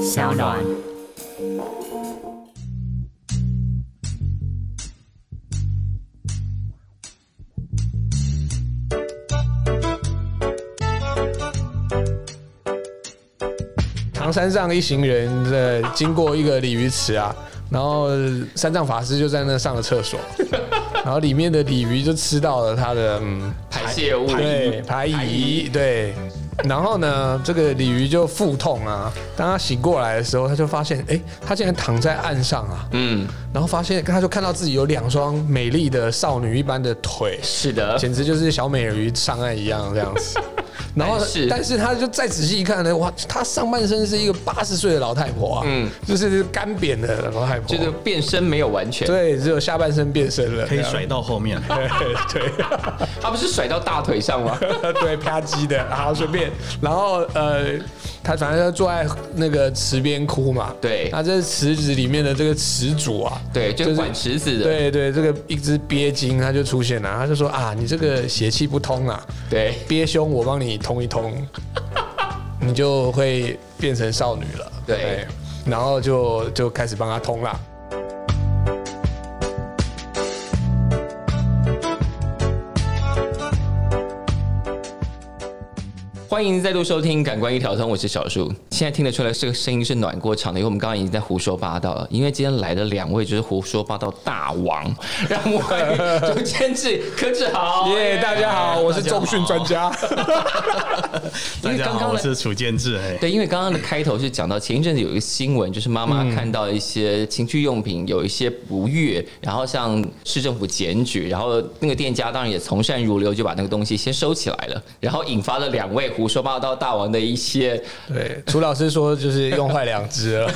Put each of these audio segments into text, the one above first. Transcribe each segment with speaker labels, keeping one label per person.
Speaker 1: 小暖。
Speaker 2: 唐三藏一行人的经过一个鲤鱼池啊，然后三藏法师就在那上了 厕所，然后里面的鲤鱼就吃到了他的嗯
Speaker 3: 排泄物，
Speaker 2: 对，排遗，对。然后呢，这个鲤鱼就腹痛啊。当他醒过来的时候，他就发现，哎，他竟然躺在岸上啊。
Speaker 3: 嗯，
Speaker 2: 然后发现，他就看到自己有两双美丽的少女一般的腿，
Speaker 3: 是 的，
Speaker 2: 简直就是小美人鱼上岸一样这样子。然后
Speaker 3: 但是，
Speaker 2: 但是他就再仔细一看呢，哇，她上半身是一个八十岁的老太婆啊，嗯
Speaker 3: 嗯，
Speaker 2: 就是干扁的老太婆，
Speaker 3: 就是变身没有完全，
Speaker 2: 对，只有下半身变身了，
Speaker 4: 可以
Speaker 2: 这样
Speaker 4: 甩，到后面。
Speaker 2: 对对。
Speaker 3: 他不是甩到大腿上吗？
Speaker 2: 对，啪叽的，好随便。然后呃，他反正就坐在那个池边哭嘛。
Speaker 3: 对
Speaker 2: 那这池子里面的这个池主啊，
Speaker 3: 对，就是管池子的，
Speaker 2: 对对，这个一只鳖精它就出现了，他就说啊，你这个血气不通啊，
Speaker 3: 对
Speaker 2: 鳖兄我帮你通一 通，你就会变成少女了。
Speaker 3: 对
Speaker 2: 哎，然后就就开始帮他通啦。
Speaker 3: 欢迎再度收听《感官一条通》，我是小树。现在听得出来，这个声音是暖过场的，因为我们刚刚已经在胡说八道了。因为今天来的两位就是胡说八道大王，让我就监制柯志豪。
Speaker 2: 耶、大家好，我是
Speaker 4: 大家好
Speaker 2: 重训专家。
Speaker 4: 大
Speaker 3: 因为
Speaker 4: 家
Speaker 3: 刚
Speaker 4: 好，
Speaker 3: 刚
Speaker 4: 我
Speaker 3: 的
Speaker 4: 是楚建志。哎，
Speaker 3: 对，因为刚刚的开头是讲到前一阵子有一个新闻，就是妈
Speaker 4: 嗯
Speaker 3: 妈看到一些情趣用品有一些不悦，然后向市政府检举，然后那个店家当然也从善如流，就把那个东西先收起来了，然后引发了两位胡说八道大王的一些，
Speaker 2: 对，楚老师说就是用坏两只了。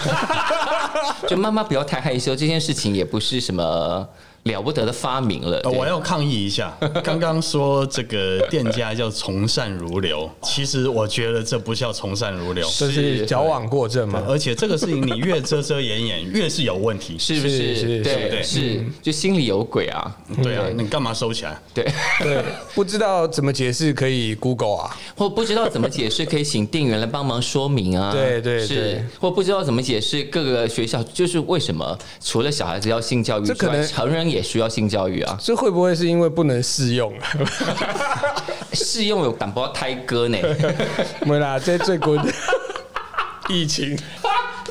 Speaker 3: 就妈妈不要太害羞，这件事情也不是什么了不得的发明了。
Speaker 4: 呃
Speaker 3: 对
Speaker 4: 我要抗议一下，刚刚说这个店家叫从善如流，其实我觉得这不叫从善如流，
Speaker 2: 这是矫枉过正嘛？
Speaker 4: 而且这个事情你越遮遮掩掩越是有问题。
Speaker 3: 是不是？
Speaker 2: 是是
Speaker 4: 是
Speaker 3: 对，
Speaker 4: 对
Speaker 3: 是就心里有鬼啊！
Speaker 4: 对啊，你干嘛收起来？
Speaker 3: 对，
Speaker 2: 对，不知道怎么解释可以 Google 啊。
Speaker 3: 或不知道怎么解释，可以请店员来帮忙说明啊。
Speaker 2: 对对对
Speaker 3: 是，或不知道怎么解释，各个学校就是为什么除了小孩子要性教育
Speaker 2: 这
Speaker 3: 之
Speaker 2: 可能？
Speaker 3: 外，成人也需要性教育啊
Speaker 2: 这会不会是因为不能试用啊？
Speaker 3: 适用有胆包胎 哥呢？
Speaker 2: 没啦，这最滚疫情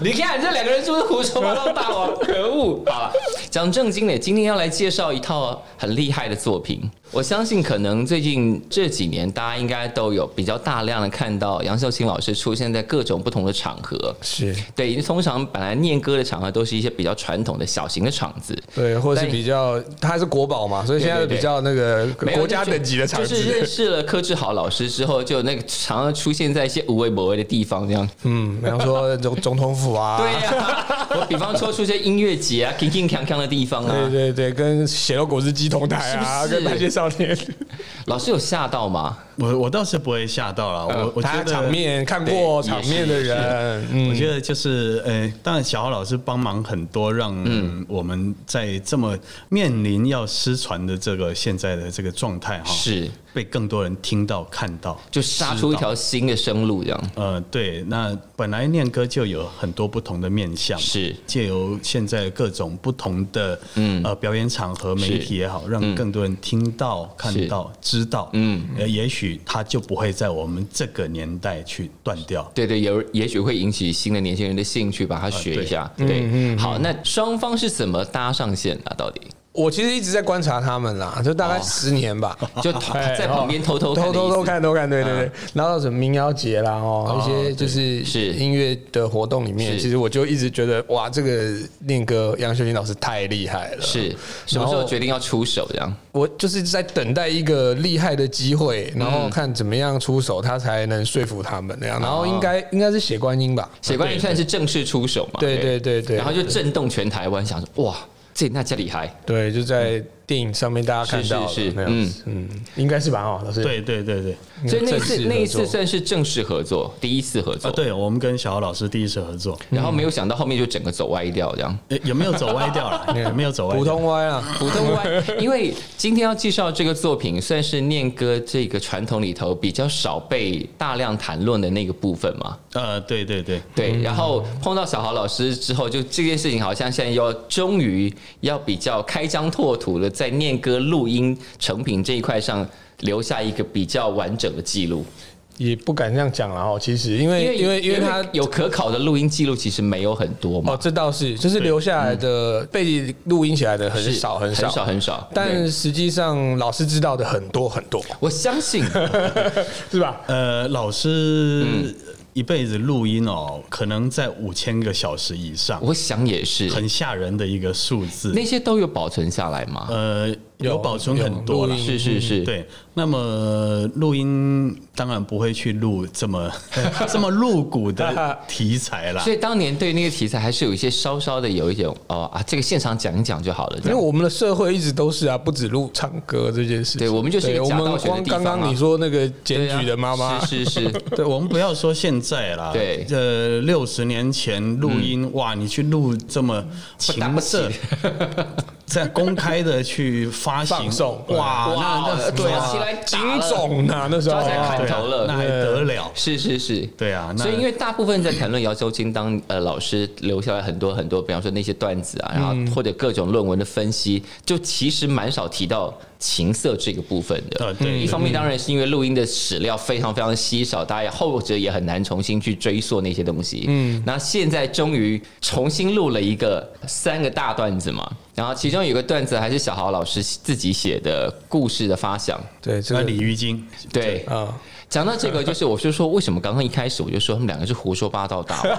Speaker 3: 你看这两个人是不是胡说八道大王？可恶！好了，讲正经的，今天要来介绍一套很厉害的作品。我相信，可能最近这几年，大家应该都有比较大量的看到杨秀清老师出现在各种不同的场合。
Speaker 2: 是
Speaker 3: 对，因为通常本来念歌的场合都是一些比较传统的小型的场子，
Speaker 2: 对，或是
Speaker 3: 但
Speaker 2: 比较它是国宝嘛，所以现在是
Speaker 3: 对对对
Speaker 2: 比较那个
Speaker 3: 没有
Speaker 2: 国家等级的场
Speaker 3: 就是认
Speaker 2: 子。
Speaker 3: 识了柯志豪老师之后，就那个常常出现在一些无微不微的地方，这样。
Speaker 2: 嗯，比方说总总统府啊，
Speaker 3: 对呀、 我比方说出些音乐节啊，铿铿锵锵的地方啊，
Speaker 2: 对对对，跟血肉果汁机同台啊，
Speaker 3: 是不
Speaker 2: 跟
Speaker 3: 是
Speaker 2: 白蟹少年，
Speaker 3: 老师有吓到吗？
Speaker 4: 我我倒是不会吓到了，
Speaker 3: 呃
Speaker 4: 我我觉
Speaker 2: 呃他
Speaker 4: 得
Speaker 2: 场面看过场面的人，
Speaker 4: 我
Speaker 2: 嗯，
Speaker 4: 觉得就是，呃，当然小豪老师帮忙很多，让我们在这么面临要失传的这个现在的这个状态
Speaker 2: 哦
Speaker 4: 哈，
Speaker 3: 是，
Speaker 4: 被更多人听到看到，
Speaker 3: 就杀出一条新的生路，这样。
Speaker 2: 哦
Speaker 4: 呃，对，那本来念歌就有很多不同的面向，
Speaker 3: 是
Speaker 4: 借由现在各种不同的嗯呃表演场合、媒体也好，让
Speaker 3: 嗯
Speaker 4: 更多人听到、看到、知道，嗯，呃，也许它就不会在我们这个年代去断掉。
Speaker 3: 对对，有也许会引起新的年轻人的兴趣，把它学一下。对，
Speaker 2: 嗯
Speaker 3: 好，那双方是怎么搭上线的、啊？到底
Speaker 2: 我其实一直在观察他们啦，就大
Speaker 3: 哦
Speaker 2: 概十年吧，
Speaker 3: 就偷
Speaker 2: 哎
Speaker 3: 在旁边偷偷看
Speaker 2: 偷
Speaker 3: 的意思嗯
Speaker 2: 偷偷看偷看，对对对。然后什么民谣节啦，哦，一些就是
Speaker 3: 是
Speaker 2: 音乐的活动里面，
Speaker 3: 是
Speaker 2: 其实我就一直觉得哇，这个念歌杨秀清老师太厉害了。
Speaker 3: 是什么时
Speaker 2: 然
Speaker 3: 候
Speaker 2: 后啊
Speaker 3: 决定要出手这样？
Speaker 2: 我就是在等待一个厉害的机会，然
Speaker 3: 嗯
Speaker 2: 后看怎么样出手，他才能说服他们那样。然后应该应该是写观音吧？
Speaker 3: 哦血观音算是正式出手嘛？
Speaker 2: 对对对对
Speaker 3: 然后就震动全台湾，想说哇，这也那家厉害，
Speaker 2: 对，就在电影上面大家看到的
Speaker 3: 嗯是是是
Speaker 2: 那样子，嗯，应该是吧？哦，老师，
Speaker 4: 对对对对，
Speaker 2: 嗯，
Speaker 3: 所以那一
Speaker 2: 正式
Speaker 3: 次
Speaker 2: 合
Speaker 3: 那一次
Speaker 2: 作
Speaker 3: 算是正式合作，第一次合作，
Speaker 4: 啊，，对我们跟小豪老师第一次合作，
Speaker 3: 然后没有想到后面就整个走歪掉这样。
Speaker 4: 诶有没有走歪掉 了？有没有走歪掉？
Speaker 2: 哎普通歪啊啦，
Speaker 3: 普通歪，因为今天要介绍这个作品，算是念歌这个传统里头比较少被大量谈论的那个部分嘛。
Speaker 4: 呃，对对对，
Speaker 3: 对，
Speaker 2: 嗯
Speaker 3: 然后碰到小豪老师之后，就这件事情好像现在要终于要比较开疆拓土的，在念歌录音成品这一块上留下一个比较完整的记录，
Speaker 2: 也不敢这样讲了哦。其实，因为因为因为他
Speaker 3: 有可考的录音记录，其实没有很多嘛
Speaker 2: 哦，，这倒是，就是留下来的被录音起来的很
Speaker 3: 嗯是
Speaker 2: 少很
Speaker 3: 很少
Speaker 2: 少，
Speaker 3: 很少，对
Speaker 2: 但实际上老师知道的很多很 多，
Speaker 3: 我相信
Speaker 2: 是吧？
Speaker 4: 呃，老师呃一辈子录音哦，可能在五千个小时以上，
Speaker 3: 我想也是，
Speaker 4: 很吓人的一个数字。
Speaker 3: 那些都有保存下来
Speaker 2: 嗯
Speaker 3: 吗？
Speaker 4: 呃，有保存
Speaker 2: 有
Speaker 4: 很多
Speaker 2: 录
Speaker 4: 了
Speaker 2: 音。
Speaker 3: 是是是，
Speaker 4: 对，那么录音当然不会去录这么 这么露骨的题材啦
Speaker 3: 所。以当年对那个题材还是有一些稍稍的有一种哦啊，这个现场讲一讲就好了。这
Speaker 2: 因为
Speaker 3: 样
Speaker 2: 我们的社会一直都是啊，不止录唱歌这件事情，
Speaker 3: 对我们就是一个
Speaker 2: 对我
Speaker 3: 假
Speaker 2: 们
Speaker 3: 道学的
Speaker 2: 光
Speaker 3: 地方
Speaker 2: 刚
Speaker 3: 啊
Speaker 2: 刚你说那个检
Speaker 3: 对啊
Speaker 2: 举的妈妈，
Speaker 3: 是是是，
Speaker 4: 对，我们不要说现在啦，
Speaker 3: 对
Speaker 4: 呃，六十年前录音，哇，你去录这么情色，在公开的去发行
Speaker 2: 放送，
Speaker 4: 哇，
Speaker 3: 哇
Speaker 4: 那那对
Speaker 3: 抓起
Speaker 4: 啊，
Speaker 3: 来
Speaker 2: 警
Speaker 3: 打了
Speaker 2: 总啊，那时候
Speaker 3: 抓起来砍
Speaker 4: 对啊
Speaker 3: 头了
Speaker 4: 那还得了？
Speaker 3: 是是是。
Speaker 4: 对啊，那
Speaker 3: 所以，因为大部分在谈论姚秋金当呃老师留下来很多很多，比方说那些段子
Speaker 4: 嗯
Speaker 3: 啊，然后或者各种论文的分析，就其实蛮少提到情色这个部分的。
Speaker 4: 呃对
Speaker 3: 一方面当然是因为录音的史料非常非常稀少，大家也后者也很难重新去追溯那些东西。嗯，那现在终于重新录了一个三个大段子嘛，然后其中有个段子还是小豪老师自己写的故事的发想，
Speaker 2: 对这
Speaker 4: 那
Speaker 2: 个
Speaker 4: 鲤鱼精，
Speaker 3: 对，
Speaker 2: 啊，
Speaker 3: 讲到这个，就是我是说，为什么刚刚一开始我就说他们两个是胡说八道大 王？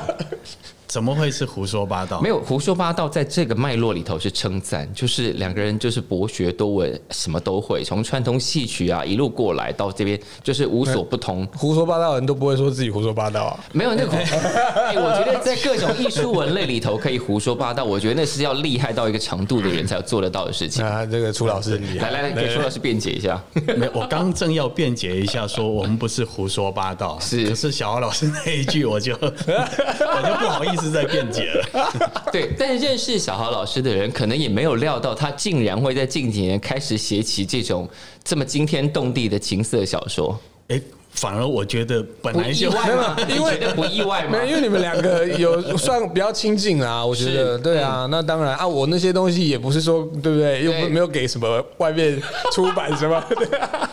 Speaker 4: 怎么会是胡说八道？
Speaker 3: 没有胡说八道，在这个脉络里头是称赞，就是两个人就是博学多闻，什么都会，从传统戏曲啊一路过来到这边，就是无所不通。
Speaker 2: 胡说八道的人都不会说自己胡说八道啊，
Speaker 3: 没有那种， 哎，我觉得在各种艺术文类里头可以胡说八道，我觉得那是要厉害到一个程度的人才做得到的 事情。
Speaker 2: 啊，这个楚老师
Speaker 3: 来来，给舒老师辩解一下。
Speaker 4: 没有，我刚正要辩解一下，说我们不是胡说八道，
Speaker 3: 是
Speaker 4: 可是小豪老师那一句， 我就我就不好意思再辩解了。
Speaker 3: 对，但是认识小豪老师的人，可能也没有料到他竟然会在近几年开始写起这种这么惊天动地的情色小说，
Speaker 4: 哎，反而我觉得本
Speaker 3: 不
Speaker 4: 来
Speaker 3: 意
Speaker 4: 就
Speaker 3: 外吗？
Speaker 2: 没有
Speaker 3: 你觉得不意外吗
Speaker 2: 没有，？因为你们两个有算比较亲近啊，我觉得
Speaker 3: 是
Speaker 2: 对
Speaker 4: 嗯
Speaker 2: 啊，那当然啊，我那些东西也不是说对不对，又
Speaker 3: 对
Speaker 2: 不没有给什么外面出版 什么的，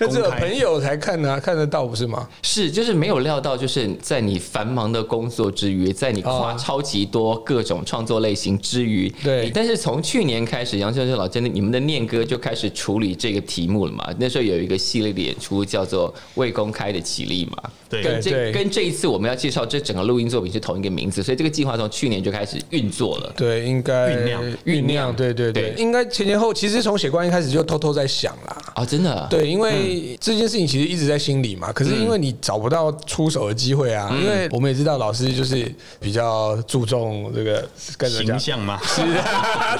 Speaker 2: 那只有
Speaker 4: 公开
Speaker 2: 朋友才看啊，看得到不是吗？
Speaker 3: 是，就是没有料到，就是在你繁忙的工作之余，在你跨
Speaker 2: 哦
Speaker 3: 超级多各种创作类型之余，
Speaker 2: 对
Speaker 3: 你但是从去年开始，杨教授老真的你们的念歌就开始处理这个题目了嘛？那时候有一个系列的演出叫做《未公开的绮丽》嘛，
Speaker 4: 对
Speaker 3: 跟这
Speaker 2: 对
Speaker 3: 跟这一次我们要介绍这整个录音作品是同一个名字，所以这个计划从去年就开始运作了。
Speaker 2: 对，应该
Speaker 4: 酝酿
Speaker 2: 酝
Speaker 3: 酝酿
Speaker 2: 酿，对对对，
Speaker 3: 对
Speaker 2: 应该前前后其实从写观音开始就偷偷在想啦。
Speaker 3: 啊、真的，，
Speaker 2: 对，因为
Speaker 4: 嗯
Speaker 2: 这件事情其实一直在心里嘛，可是因为你找不到出手的机会啊，
Speaker 4: 嗯
Speaker 2: 因为我们也知道老师就是比较注重这个跟人
Speaker 4: 形
Speaker 2: 家，
Speaker 4: 象嘛，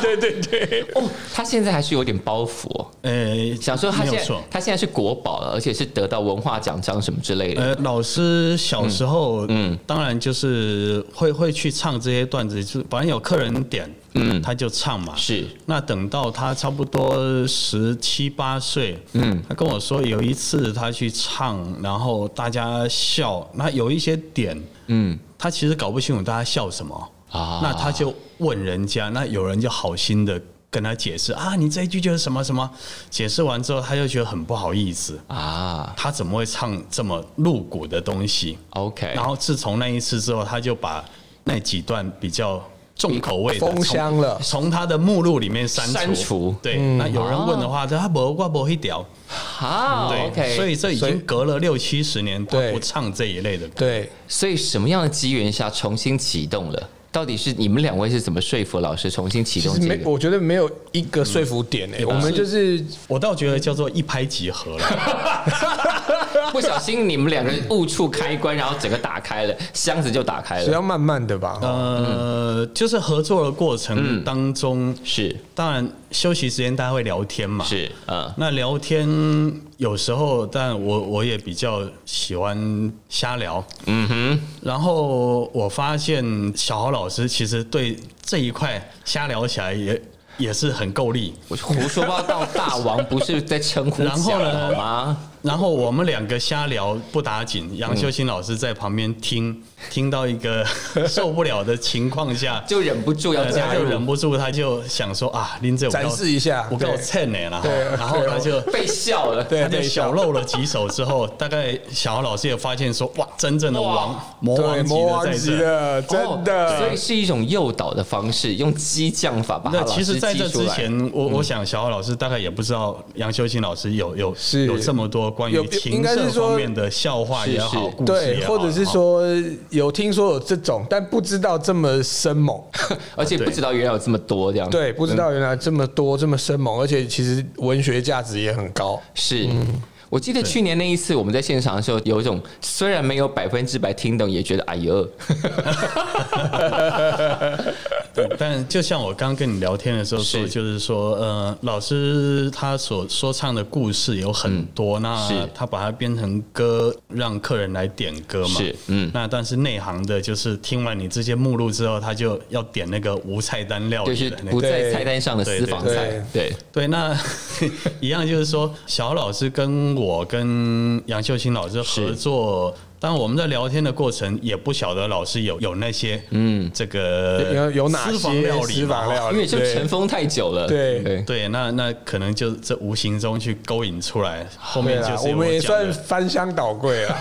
Speaker 2: 对对对，
Speaker 3: 哦，他现在还是有点包袱哦、
Speaker 4: 呃，
Speaker 3: 想说他
Speaker 4: 没
Speaker 3: 现
Speaker 4: 有
Speaker 3: 在
Speaker 4: 错。
Speaker 3: 他现在是国宝了，而且是得到文化奖章什么之类的。
Speaker 4: 呃，老师小时候，嗯，当然就是会会去唱这些段子，就是反正有客人点，嗯，他就唱嘛。
Speaker 3: 是
Speaker 4: 那等到他差不多十七八岁，嗯，他跟我说有一次他去唱，然后大家笑，那有一些点，嗯，他其实搞不清楚大家笑什么
Speaker 3: 啊
Speaker 4: 那他就问人家，那有人就好心的跟他解释啊，你这一句就是什么什么，解释完之后他就觉得很不好意思，
Speaker 3: 啊
Speaker 4: 他怎么会唱这么露骨的东西？
Speaker 3: ，OK，
Speaker 4: 然后自从那一次之后，他就把那几段比较重口味的
Speaker 2: 封箱了
Speaker 4: 从从他的目录里面删除。
Speaker 3: 删除
Speaker 4: 对，那有人问的话，他不我不会屌。
Speaker 3: 好
Speaker 4: 对
Speaker 3: 哦，OK，
Speaker 4: 所以这已
Speaker 2: 所以
Speaker 4: 经隔了六七十年，他
Speaker 2: 对
Speaker 4: 不唱这一类的歌。
Speaker 2: 对，
Speaker 3: 所以什么样的机缘下重新启动了？到底是你们两位是怎么说服老师重新启
Speaker 2: 其
Speaker 3: 动
Speaker 2: 实
Speaker 3: 这
Speaker 2: 没，
Speaker 3: 个？
Speaker 2: 我觉得没有一个欸说服点诶、我们就是
Speaker 4: 我倒觉得叫做一拍即合了。
Speaker 3: 不小心你们两个人误触开关，然后整个打开了，箱子就打开
Speaker 2: 只
Speaker 3: 了。
Speaker 2: 要慢慢的吧。
Speaker 4: 呃，就是合作的过
Speaker 3: 嗯
Speaker 4: 程当中，
Speaker 3: 是
Speaker 4: 当然休息时间大家会聊天嘛，
Speaker 3: 是，嗯，
Speaker 4: 那聊天有时候，但我我也比较喜欢瞎聊。嗯哼。然后我发现小豪老师其实对这一块瞎聊起来也也是很够力。
Speaker 3: 我胡说八道大王不是在称呼
Speaker 4: 然后
Speaker 3: 讲
Speaker 4: 呢
Speaker 3: 好吗？
Speaker 4: 然后我们两个瞎聊不打紧，杨秀清老师在旁边
Speaker 2: 嗯
Speaker 4: 听，听到一个受不了的情况 下，
Speaker 3: 就忍不住要
Speaker 4: 呃
Speaker 3: 加
Speaker 4: 他就
Speaker 3: 入
Speaker 4: 忍不住，他就想说啊，林这我
Speaker 2: 展示一下
Speaker 4: 我跟我
Speaker 2: 对
Speaker 4: 蹭你了哈。
Speaker 2: 对
Speaker 4: 然后他就
Speaker 3: 被笑了。
Speaker 2: 对
Speaker 4: 他就小露了几手之 后，大概小豪老师也发现说，哇，真正的王
Speaker 3: 哇
Speaker 4: 魔
Speaker 2: 对，魔
Speaker 4: 王
Speaker 2: 王
Speaker 4: 级
Speaker 2: 级
Speaker 4: 的在这。
Speaker 2: 的，
Speaker 3: 哦
Speaker 2: 真
Speaker 3: 所
Speaker 2: 的
Speaker 3: 以，是一种诱导的方式，用激将法把他
Speaker 4: 那
Speaker 3: 老师
Speaker 4: 其实，在这
Speaker 3: 激出
Speaker 4: 之
Speaker 3: 来
Speaker 4: 前，我我想小豪老师大概也不知道杨修清老师有有
Speaker 2: 是
Speaker 4: 有这么多关
Speaker 2: 有
Speaker 4: 于
Speaker 2: 有应
Speaker 4: 情
Speaker 2: 该是
Speaker 4: 色方
Speaker 2: 说
Speaker 4: 面的笑话也
Speaker 3: 是
Speaker 4: 好，
Speaker 3: 是
Speaker 4: 故事
Speaker 2: 对
Speaker 4: 也，好，
Speaker 2: 或者是
Speaker 4: 哈
Speaker 2: 说有听说有这种，但不知道这么生猛，
Speaker 4: 嗯
Speaker 3: 而
Speaker 4: 啊
Speaker 3: 且不知道原来有这么多这样。
Speaker 2: 对，不知道原来这么多这么生猛，而且其实文学价值也很高。
Speaker 3: 是。
Speaker 2: 嗯
Speaker 3: 我记得去年那一次我们在现场的时候，有一种虽然没有百分之百听懂，也觉得哎呦，
Speaker 4: 对，但就像我刚跟你聊天的时候说，
Speaker 3: 是
Speaker 4: 就是说，呃，老师他所说唱的故事有很多，那
Speaker 3: 嗯是
Speaker 4: 他把它编成歌，让客人来点歌嘛。
Speaker 3: 是嗯
Speaker 4: 那但是内行的，就是听完你这些目录之后，他就要点那个无菜单料
Speaker 3: 就
Speaker 4: 理
Speaker 3: 是
Speaker 4: 的那
Speaker 3: 不
Speaker 4: 个。
Speaker 3: 在
Speaker 2: 对
Speaker 3: 菜单上的私房菜。对，
Speaker 4: 对，那 一样就是说，小老师跟我跟杨秀清老师合作。当我们在聊天的过程，也不晓得老师有有那些，嗯，这个
Speaker 2: 有有哪
Speaker 4: 私
Speaker 2: 些
Speaker 4: 房料理嘛，
Speaker 2: 私房料理？
Speaker 3: 因为就
Speaker 2: 对
Speaker 3: 尘封太久了。
Speaker 2: 对
Speaker 3: 对，
Speaker 4: 对，那那可能就这无形中去勾引出来，后
Speaker 2: 对
Speaker 4: 面就
Speaker 2: 啦，
Speaker 4: 是
Speaker 2: 我们也
Speaker 4: 讲
Speaker 2: 算
Speaker 4: 的
Speaker 2: 翻箱倒柜了。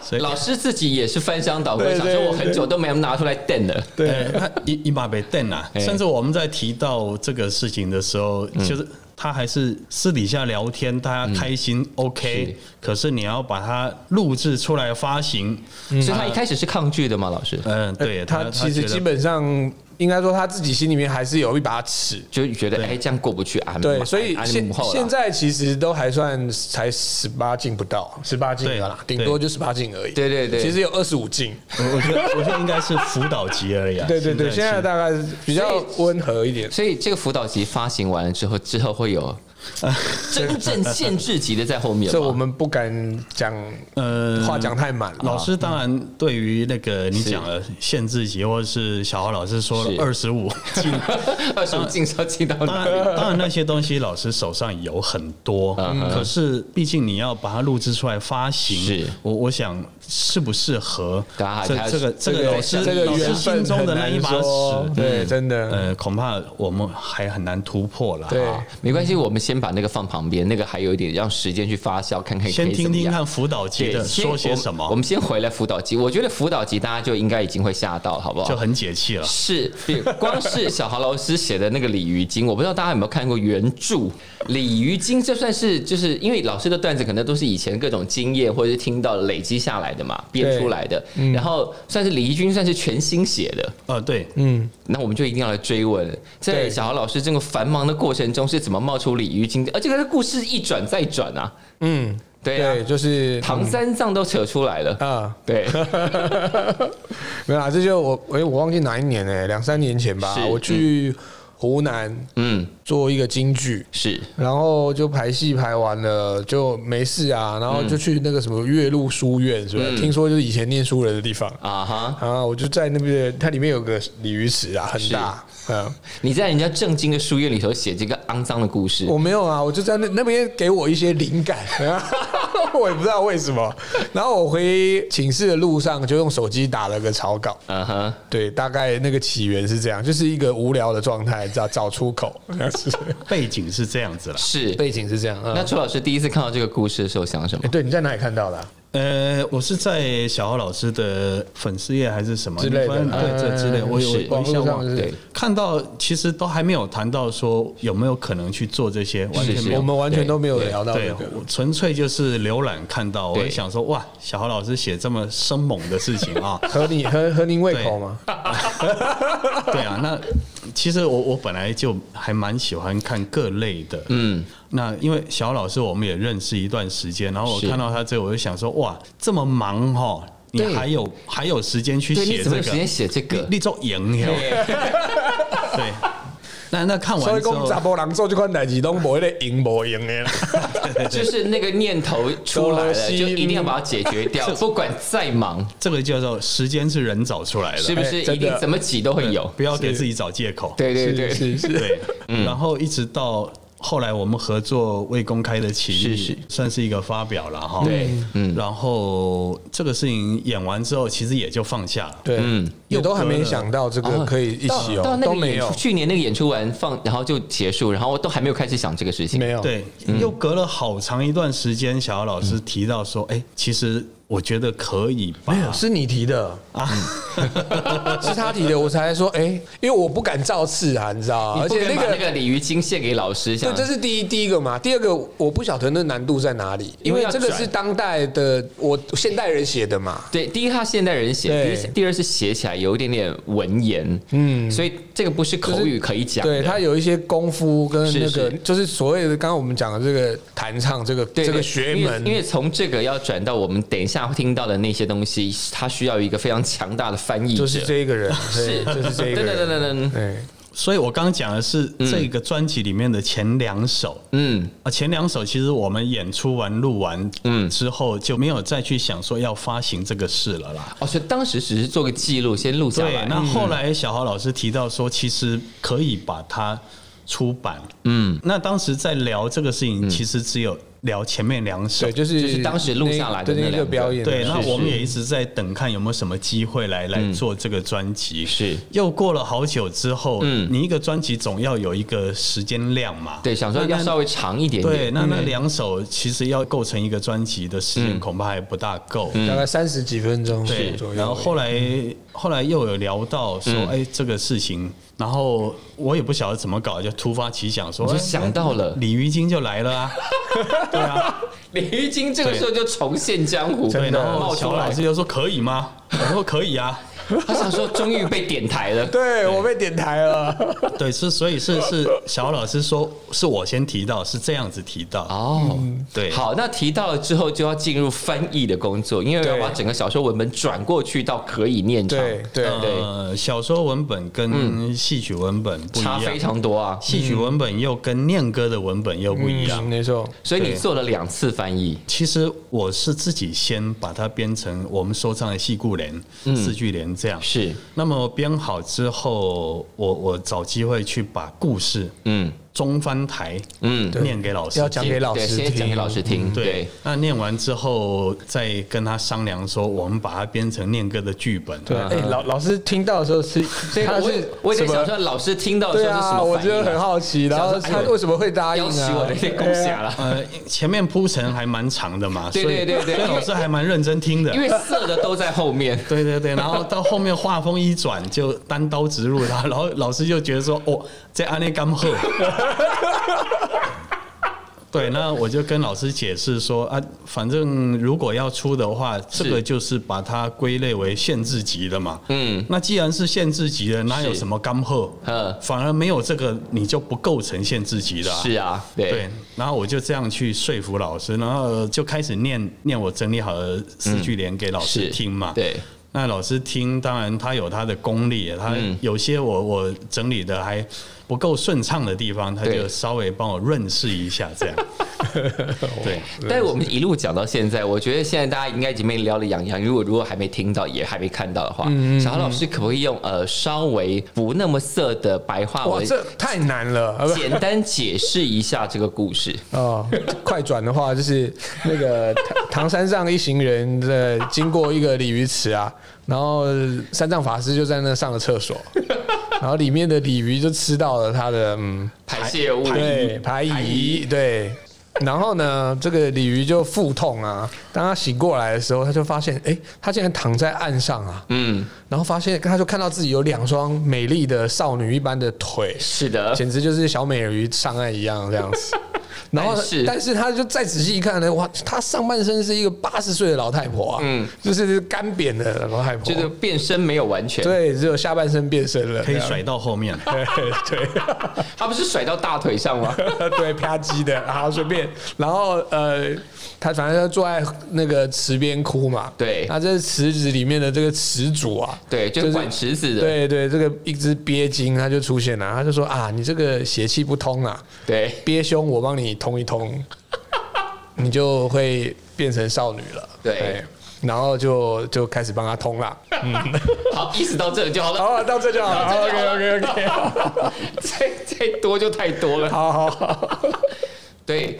Speaker 4: 所以
Speaker 3: 老师自己也是翻箱倒柜，
Speaker 2: 对
Speaker 3: 想说
Speaker 2: 对
Speaker 3: 我很久都没有拿出来瞪了。
Speaker 4: 对，哎他一一把被瞪啊。
Speaker 3: 哎
Speaker 4: 甚至我们在提到这个事情的时候，
Speaker 2: 嗯
Speaker 4: 就是他还是私底下聊天，大家开
Speaker 2: 嗯
Speaker 4: 心 OK，可是你要把它录制出来发行，
Speaker 2: 嗯
Speaker 3: 所以他一开始是抗拒的嘛，老师
Speaker 4: 嗯， 对
Speaker 2: 哎他其
Speaker 4: 觉
Speaker 2: 实
Speaker 4: 得
Speaker 2: 基本上应该说他自己心里面还是有一把尺。
Speaker 3: 就觉得
Speaker 4: 对
Speaker 3: 哎这样过不去啊。
Speaker 2: 对，
Speaker 3: 麻
Speaker 2: 所以
Speaker 3: 啊你
Speaker 2: 现
Speaker 3: 母后啦
Speaker 2: 现在其实都还算才十八禁不到，十八禁了啦，
Speaker 4: 对
Speaker 2: 顶多就十八禁而已。
Speaker 3: 对对对
Speaker 2: 其实有二十五禁。
Speaker 4: 我我觉得我觉得应该是辅导级而已啊。
Speaker 2: 对对对，现在
Speaker 4: 是
Speaker 2: 大概是比较温和一点。
Speaker 3: 所以这个辅导级发行完了之后，之后会 有真正限制级的在后面吗。
Speaker 2: 这我们不敢讲，
Speaker 4: 呃
Speaker 2: 话讲太满了。
Speaker 4: 老师当然对于那个你讲的限制级或者是小豪老师说
Speaker 3: 是
Speaker 4: 二十 五进
Speaker 3: 二十五进是要进到
Speaker 4: 当
Speaker 3: 哪里？
Speaker 4: 然，当然那些东西老师手上有很多，可是毕竟你要把它录制出来发行，
Speaker 3: 是
Speaker 4: 我我想适不适合
Speaker 3: 大家还
Speaker 4: 这这个这
Speaker 3: 这个
Speaker 4: 个老师
Speaker 2: 这个
Speaker 4: 老师
Speaker 2: 缘
Speaker 4: 心
Speaker 2: 分
Speaker 4: 中的
Speaker 2: 很
Speaker 4: 那一
Speaker 2: 难
Speaker 4: 把
Speaker 2: 说
Speaker 4: 尺，，嗯
Speaker 2: 对，真的，
Speaker 4: 呃，恐怕我们还很难突破了。
Speaker 2: 对，
Speaker 3: 没关系，我们先把那个放旁边，那个还有一点让时间去发酵，看看可
Speaker 4: 先
Speaker 3: 以怎
Speaker 4: 听
Speaker 3: 么
Speaker 4: 听
Speaker 3: 样。
Speaker 4: 看辅导级的
Speaker 3: 先
Speaker 4: 说些
Speaker 3: 我
Speaker 4: 什么，
Speaker 3: 我们先回来辅导级，我觉得辅导级大家就应该已经会吓到，好不好？
Speaker 4: 就很解气了。
Speaker 3: 是，比光是小豪老师写的那个《鲤鱼精》，我不知道大家有没有看过原著《鲤鱼精》，这算是就是因为老师的段子可能都是以前各种经验或者是听到累积下来的嘛，编出来的，
Speaker 4: 嗯
Speaker 3: 然后算是李怡君算是全新写的，
Speaker 4: 呃，对，
Speaker 2: 嗯，
Speaker 3: 那我们就一定要来追问，在
Speaker 2: 对
Speaker 3: 小豪老师这个繁忙的过程中是怎么冒出鲤鱼精的？而且他的故事一转再转啊，
Speaker 2: 嗯，
Speaker 3: 对啊
Speaker 2: 对，就是
Speaker 3: 唐三藏都扯出来了，
Speaker 2: 啊，
Speaker 3: 对，
Speaker 2: 没有啊，这就我哎、我忘记哪一年哎、两三年前吧
Speaker 3: 是，
Speaker 2: 我去湖南
Speaker 3: 嗯，
Speaker 2: 做一个京剧，
Speaker 3: 是
Speaker 2: 然后就排戏排完了就没事啊，然后就去那个什么岳麓书院，是吧？
Speaker 3: 嗯
Speaker 2: 听说就是以前念书人的地方。
Speaker 3: 啊哈，
Speaker 2: 啊！我就在那边，它里面有个鲤鱼池啊，很大。嗯，
Speaker 3: 你在人家正经的书院里头写这个肮脏的故事，
Speaker 2: 我没有啊，我就在那那边给我一些灵感， 啊我也不知道为什么。然后我回寝室的路上就用手机打了个草稿，
Speaker 3: 啊哈，
Speaker 2: 对，大概那个起源是这样，就是一个无聊的状态，找找出口， 是
Speaker 4: 背景是这样子啦。
Speaker 3: 是。
Speaker 2: 背景是这样。嗯
Speaker 3: 那邱老师第一次看到这个故事的时候想什么
Speaker 2: 哎？对，你在哪里看到的啊、
Speaker 4: 呃，我是在小豪老师的粉丝页还是什么
Speaker 2: 之类的
Speaker 4: 反正对这之类，
Speaker 2: 嗯
Speaker 4: 我有
Speaker 3: 是
Speaker 4: 我
Speaker 2: 网
Speaker 4: 一
Speaker 2: 络
Speaker 4: 下
Speaker 2: 上
Speaker 4: 忘
Speaker 2: 是
Speaker 3: 对，
Speaker 4: 看到其实都还没有谈到说有没有可能去做这些，完全
Speaker 3: 是
Speaker 4: 没
Speaker 2: 我
Speaker 4: 有。
Speaker 2: 们完全都没有
Speaker 3: 对
Speaker 2: 聊到这
Speaker 4: 对
Speaker 2: 个。，，
Speaker 4: 我纯粹就是浏览看到，我
Speaker 3: 对
Speaker 4: 就想说哇，小豪老师写这么生猛的事情啊
Speaker 2: 合你合合您胃口吗？
Speaker 4: 对啊，那其实我我本来就还蛮喜欢看各类的，嗯，那因为小老师我们也认识一段时间，然后我
Speaker 3: 是
Speaker 4: 看到他这个，我就想说，哇，这么忙哈，你
Speaker 3: 对
Speaker 4: 还有还有时间去
Speaker 3: 对，
Speaker 4: 写
Speaker 3: 你
Speaker 4: 这
Speaker 3: 怎么有
Speaker 4: 个？
Speaker 3: 时间写这个？
Speaker 4: 立做赢了，对。那那看
Speaker 2: 所
Speaker 4: 完
Speaker 2: 以
Speaker 4: 之
Speaker 2: 讲，查
Speaker 4: 后，
Speaker 2: 甫人做这款代志，拢无迄个赢无赢的啦。
Speaker 3: 就是那个念头出来了，就一定要把它解决 掉，不管再忙，
Speaker 4: 这个叫做时间是人找出来的，
Speaker 3: 是不是
Speaker 2: 哎
Speaker 3: 一
Speaker 2: 真的
Speaker 3: 定怎么挤都会有？
Speaker 4: 不要给自己找借口。
Speaker 3: 对对对，
Speaker 2: 是是，
Speaker 4: 对，然后一直到后来我们合作未公开的起
Speaker 3: 是
Speaker 4: 义，
Speaker 3: 是
Speaker 4: 算是一个发表了哈。
Speaker 3: 对，
Speaker 4: 嗯，然后这个事情演完之后，其实也就放下了。
Speaker 2: 对，嗯，也都还没想到这个可以一起
Speaker 3: 到
Speaker 2: 哦，
Speaker 3: 那
Speaker 2: 都
Speaker 3: 个
Speaker 2: 没
Speaker 3: 演
Speaker 2: 有
Speaker 3: 出，，去年那个演出完放，然后就结束，然后我都还没有开始想这个事情。
Speaker 2: 没有，
Speaker 4: 对，又隔了好长一段时间，小姚老师提到说：“哎，其实我觉得可以吧。”
Speaker 2: 没有，是你提的啊， 是他提的，我才说，哎，因为我不敢造次啊，你知道吗？
Speaker 3: 你
Speaker 2: 而
Speaker 3: 不
Speaker 2: 且
Speaker 3: 可以
Speaker 2: 那
Speaker 3: 把那
Speaker 2: 个。
Speaker 3: 个鲤鱼精献给老师，
Speaker 2: 对，
Speaker 3: 想
Speaker 2: 这是第一第一个嘛。第二个，我不晓得那难度在哪里，因为
Speaker 3: 因为要
Speaker 2: 这个
Speaker 3: 转
Speaker 2: 是当代的我现代人写的嘛。
Speaker 3: 对，第一他现代人写，
Speaker 2: 对
Speaker 3: 第一第二是写起来有一点点文言，嗯，所以这个不是口语可以讲的，
Speaker 2: 对他有一些功夫跟那
Speaker 3: 是
Speaker 2: 个
Speaker 3: 是，
Speaker 2: 就是所谓的刚刚我们讲的这个弹唱这个
Speaker 3: 对
Speaker 2: 这个学
Speaker 3: 因为因
Speaker 2: 门，
Speaker 3: 为从这个要转到我们等一下会听到的那些东西，它需要一个非常强大的翻译者，
Speaker 2: 就是这一个 人，对，就是这一个
Speaker 3: 噔噔
Speaker 2: 人，
Speaker 3: 噔噔噔，
Speaker 2: 对，
Speaker 4: 所以我刚讲的是这个专辑里面的前两首。
Speaker 3: 嗯，
Speaker 4: 啊，前两首其实我们演出完、录完，嗯，之后就没有再去想说要发行这个事了啦。
Speaker 3: 哦，所以当时只是做个记录，先录下
Speaker 4: 对
Speaker 3: 来，，
Speaker 4: 那后来小豪老师提到说，其实可以把它出版。嗯，那当时在聊这个事情，其实只有聊前面两首
Speaker 2: 对，。就是
Speaker 3: 就是当时录下来的
Speaker 2: 那对
Speaker 3: 那
Speaker 2: 那
Speaker 3: 两个
Speaker 2: 个表演，
Speaker 4: 对，那
Speaker 3: 是
Speaker 4: 我们也一直在等看有没有什么机会来来做这个专辑。
Speaker 3: 是
Speaker 4: 又过了好久之后，
Speaker 3: 嗯
Speaker 4: 你一个专辑总要有一个时间量嘛。
Speaker 3: 对，想说要稍微长一点
Speaker 4: 对，
Speaker 3: 点，
Speaker 4: 那那两首其实要构成一个专辑的时间，恐怕还不大够。
Speaker 3: 嗯
Speaker 2: 大概三十几分钟
Speaker 4: 对
Speaker 2: 左右，，
Speaker 4: 然后后来后来又有聊到
Speaker 3: 嗯
Speaker 4: 说，哎，这个事情，然后我也不晓得怎么搞，就突发奇想说，
Speaker 3: 我就
Speaker 4: 哎
Speaker 3: 想到了
Speaker 4: 鲤鱼精就来了啊， 对啊，
Speaker 3: 鲤鱼精这个时候就重现江湖，
Speaker 4: 对，啊然后
Speaker 3: 冒
Speaker 4: 小
Speaker 3: 出
Speaker 4: 老
Speaker 3: 来
Speaker 4: 师，就说可以吗？我说可以啊，
Speaker 3: 他想说终于被点台 了，
Speaker 2: 对我被点台了，
Speaker 4: 对，是所以是是小老师说是我先提到，是这样子提到，
Speaker 3: 哦，
Speaker 4: 对，
Speaker 3: 好，那提到了之后就要进入翻译的工作，因为要
Speaker 2: 对
Speaker 3: 把整个小说文本转过去到可以念唱，
Speaker 2: 对对嗯
Speaker 4: 呃，小说文本跟戏曲文本不一
Speaker 3: 嗯差
Speaker 4: 样，
Speaker 3: 非常多啊。
Speaker 4: 戏曲文本又跟念歌的文本又 不一样
Speaker 2: 嗯。没错，
Speaker 3: 所以你
Speaker 4: 对
Speaker 3: 做了两次翻译，
Speaker 4: 其实我是自己先把它编成我们说唱的戏故联、四句联这样。
Speaker 3: 嗯是，
Speaker 4: 那么编好之后，我我找机会去把故事
Speaker 3: 嗯
Speaker 4: 中翻台
Speaker 3: 嗯，
Speaker 2: 对
Speaker 4: 念给老师
Speaker 2: 要讲
Speaker 4: 听
Speaker 2: 给老师
Speaker 3: 对，先讲给
Speaker 2: 听嗯
Speaker 3: 老师听，
Speaker 4: 对
Speaker 3: 对，，
Speaker 4: 那念完之后再跟他商量说，我们把它编成念歌的剧本。
Speaker 2: 对，
Speaker 3: 啊
Speaker 2: 哎，老老师听到的时候是，
Speaker 3: 所以
Speaker 2: 他
Speaker 3: 嗯 我也
Speaker 2: 是
Speaker 3: 我也在
Speaker 2: 什么
Speaker 3: 想说，老师听到的
Speaker 2: 对
Speaker 3: 时候是什
Speaker 2: 啊，
Speaker 3: 么
Speaker 2: 我
Speaker 3: 反
Speaker 2: 觉
Speaker 3: 应
Speaker 2: 得很
Speaker 3: 啊？
Speaker 2: 好奇，然后
Speaker 3: 想说
Speaker 2: 他
Speaker 3: 哎呦
Speaker 2: 为什么会答应
Speaker 3: 要死
Speaker 2: 啊？
Speaker 3: 我的天，恭喜了！
Speaker 4: 呃，前面铺陈还蛮长的嘛，
Speaker 3: 对
Speaker 4: 所以
Speaker 3: 对对对
Speaker 4: 所以老师还蛮认真听的
Speaker 2: 啊
Speaker 3: 因。为色的都在后面，
Speaker 4: 对对对，然后到后面画风一转，就单刀直入他，然后老师就觉得说，哦，这安内干喝。 对，那我就跟老师解释说啊，反正如果要出的话，这个就是把它归类为限制级的嘛。嗯，那既然是限制级的，哪有什么干喝？
Speaker 3: 嗯
Speaker 4: 反而没有这个，你就不构成限制级的、啊。
Speaker 3: 是啊，
Speaker 4: 对
Speaker 3: 对，，
Speaker 4: 然后我就这样去说服老师，然后就开始念念我整理好的四句联给老师
Speaker 3: 嗯是
Speaker 4: 听嘛。
Speaker 3: 对，
Speaker 4: 那老师听，当然他有他的功力，他
Speaker 2: 嗯
Speaker 4: 有些我我整理的还不够顺畅的地方，他
Speaker 3: 对
Speaker 4: 就稍微帮我润饰一下， 这样。对，
Speaker 3: 但我们一路讲到现在，我觉得现在大家应该已经被聊得痒痒。如果如果还没听到，也还没看到的话，小豪老师可不可以用呃稍微不那么色的白话
Speaker 2: 啊哇，
Speaker 3: 文，
Speaker 2: 这太难了，啊不
Speaker 3: 简单解释一下这个故事？
Speaker 2: 哦，快转的话就是那个唐唐三藏一行人的经过一个鲤鱼池啊，然后三藏法师就在那上了厕 所，然后里面的鲤鱼就吃到了他的嗯，
Speaker 3: 排泄物，
Speaker 2: 对，排遗，对。然后呢，这个鲤鱼就腹痛啊。当他醒过来的时候，他就发现，哎，他竟然躺在岸上啊。
Speaker 3: 嗯，
Speaker 2: 然后发现，他就看到自己有两双美丽的少女一般的腿，
Speaker 3: 是的，
Speaker 2: 简直就是小美人鱼上岸一样这样子。然后
Speaker 3: 但是
Speaker 2: 但是他就再仔细一看呢，哇，他上半身是一个八十岁的老太婆啊，嗯，就是干扁的老太婆，
Speaker 3: 就是变身没有完全，
Speaker 2: 对，只有下半身变身了，
Speaker 4: 可以
Speaker 2: 这样
Speaker 4: 甩到后面。
Speaker 2: 对对
Speaker 3: 他不是甩到大腿上吗？
Speaker 2: 对，啪叽的，然后随便，然后呃，他反正就坐在那个池边哭嘛。
Speaker 3: 对
Speaker 2: 那这池子里面的这个池主啊，
Speaker 3: 对，就是管池子的，
Speaker 2: 对对，这个一只鳖精它就出现了，他就说啊，你这个血气不通啊，
Speaker 3: 对
Speaker 2: 鳖胸我帮你通一 通，你就会变成少女了。哎
Speaker 3: 对
Speaker 2: 然后就就开始帮他通 了。
Speaker 3: 好，意识到这就好了，
Speaker 2: 好，到这就好了。
Speaker 3: 到这就好
Speaker 2: OK
Speaker 3: 了
Speaker 2: OK OK，
Speaker 3: 再再多就太多了。
Speaker 2: 好好好。
Speaker 3: 对，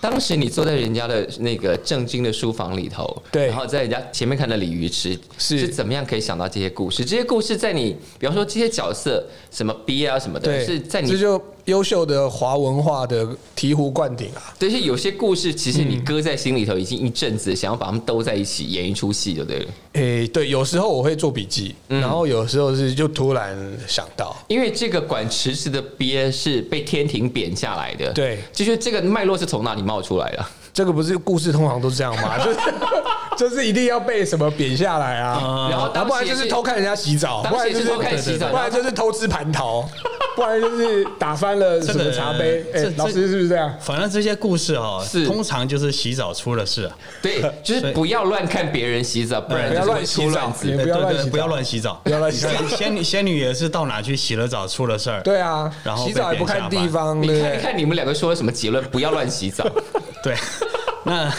Speaker 3: 当时你坐在人家的那个正经的书房里头，
Speaker 2: 对
Speaker 3: 然后在人家前面看的鲤鱼池，
Speaker 2: 是
Speaker 3: 怎么样可以想到这些故事？这些故事在你，比方说这些角色什么 B 啊什么的，
Speaker 2: 对，
Speaker 3: 是在
Speaker 2: 这
Speaker 3: 你。
Speaker 2: 就优秀的华文化的醍醐灌顶啊！
Speaker 3: 但是有些故事，其实你搁在心里头已经一阵子，想要把它们兜在一起演一出戏，就对了。
Speaker 2: 诶、哎对，有时候我会做笔记，
Speaker 3: 嗯
Speaker 2: 然后有时候是就突然想到，
Speaker 3: 因为这个管池子的鳖是被天庭贬下来的，
Speaker 2: 对
Speaker 3: 就是这个脉络是从哪里冒出来的？
Speaker 2: 这个不是故事通常都这样吗？ 就是就是一定要被什么贬下来啊，
Speaker 3: 然后
Speaker 2: 然
Speaker 3: 哦当
Speaker 2: 后不然
Speaker 3: 时
Speaker 2: 就
Speaker 3: 也
Speaker 2: 是偷看人家洗澡，
Speaker 3: 当
Speaker 2: 不
Speaker 3: 时
Speaker 2: 然
Speaker 3: 也
Speaker 2: 就是
Speaker 3: 偷看洗澡
Speaker 2: 不然就是偷吃蟠桃，不然就是打翻了什么茶杯。
Speaker 4: 这
Speaker 2: 哎、
Speaker 4: 个这
Speaker 2: 老师是不是这样？
Speaker 4: 反正这些故事哦
Speaker 3: 是，
Speaker 4: 通常就是洗澡出了事啊，哎
Speaker 3: 对，就是不要乱看别人洗澡，不然
Speaker 2: 不要
Speaker 3: 就是
Speaker 2: 乱
Speaker 3: 会
Speaker 2: 洗
Speaker 3: 出
Speaker 2: 澡
Speaker 3: 乱子。
Speaker 2: 也不要
Speaker 4: 对
Speaker 2: 乱
Speaker 4: 对
Speaker 2: 洗
Speaker 4: 不
Speaker 2: 澡
Speaker 4: 要乱洗澡，
Speaker 2: 不要乱洗澡
Speaker 4: 你看仙女仙女也是到哪去洗了澡出了事儿，
Speaker 2: 对啊，
Speaker 4: 然后
Speaker 2: 洗澡也不看地方，
Speaker 3: 你
Speaker 2: 对不
Speaker 3: 看，你
Speaker 2: 对？
Speaker 3: 看你们两个说了什么结论？不要乱洗澡。
Speaker 4: 对， 那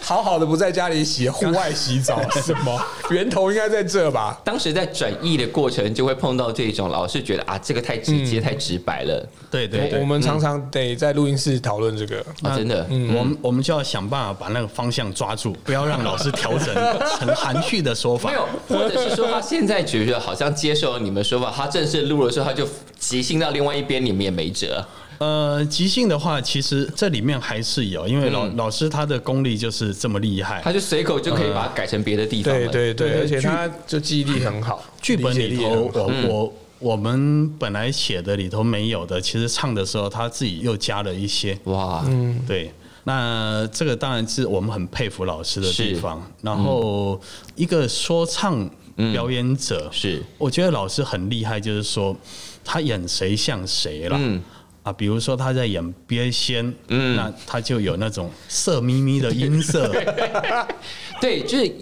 Speaker 2: 好好的不在家里洗，户外洗澡，什么源头应该在这吧？
Speaker 3: 当时在转译的过程，就会碰到这种老是觉得啊，这个太直接、太直白了。
Speaker 4: 对对
Speaker 2: 我我
Speaker 4: 对，
Speaker 2: 们常常得在录音室讨论这个。
Speaker 3: 啊，真的，
Speaker 2: 嗯
Speaker 4: 我们我们就要想办法把那个方向抓住，不要让老师调整成含蓄的说法
Speaker 3: 没。有，或者是说他现在觉得好像接受了你们说法，他正式录的时候他就即兴到另外一边，你们也没辙。
Speaker 4: 呃，即兴的话，其实这里面还是有，因为老
Speaker 2: 嗯
Speaker 4: 老师他的功力就是这么厉害
Speaker 3: 他，就随口就可以把它改成别的地方了。
Speaker 2: 对对对，
Speaker 4: 对
Speaker 2: 而且
Speaker 4: 剧
Speaker 2: 他就记忆力很好，
Speaker 4: 剧本
Speaker 2: 理解
Speaker 4: 里
Speaker 2: 力也很
Speaker 4: 头
Speaker 2: 好，嗯
Speaker 4: 我我我们本来写的里头没有的，其实唱的时候他自己又加了一些，
Speaker 3: 哇，
Speaker 2: 嗯
Speaker 4: 对。那这个当然是我们很佩服老师的地
Speaker 3: 是
Speaker 4: 方。然
Speaker 2: 嗯
Speaker 4: 后一个说唱表演者，
Speaker 3: 是
Speaker 4: 我觉得老师很厉害，就是说他演谁像谁啦。
Speaker 3: 嗯
Speaker 4: 啊，比如说他在演鳖仙，嗯，那他就有那种色眯眯的音 色，
Speaker 3: 对，就是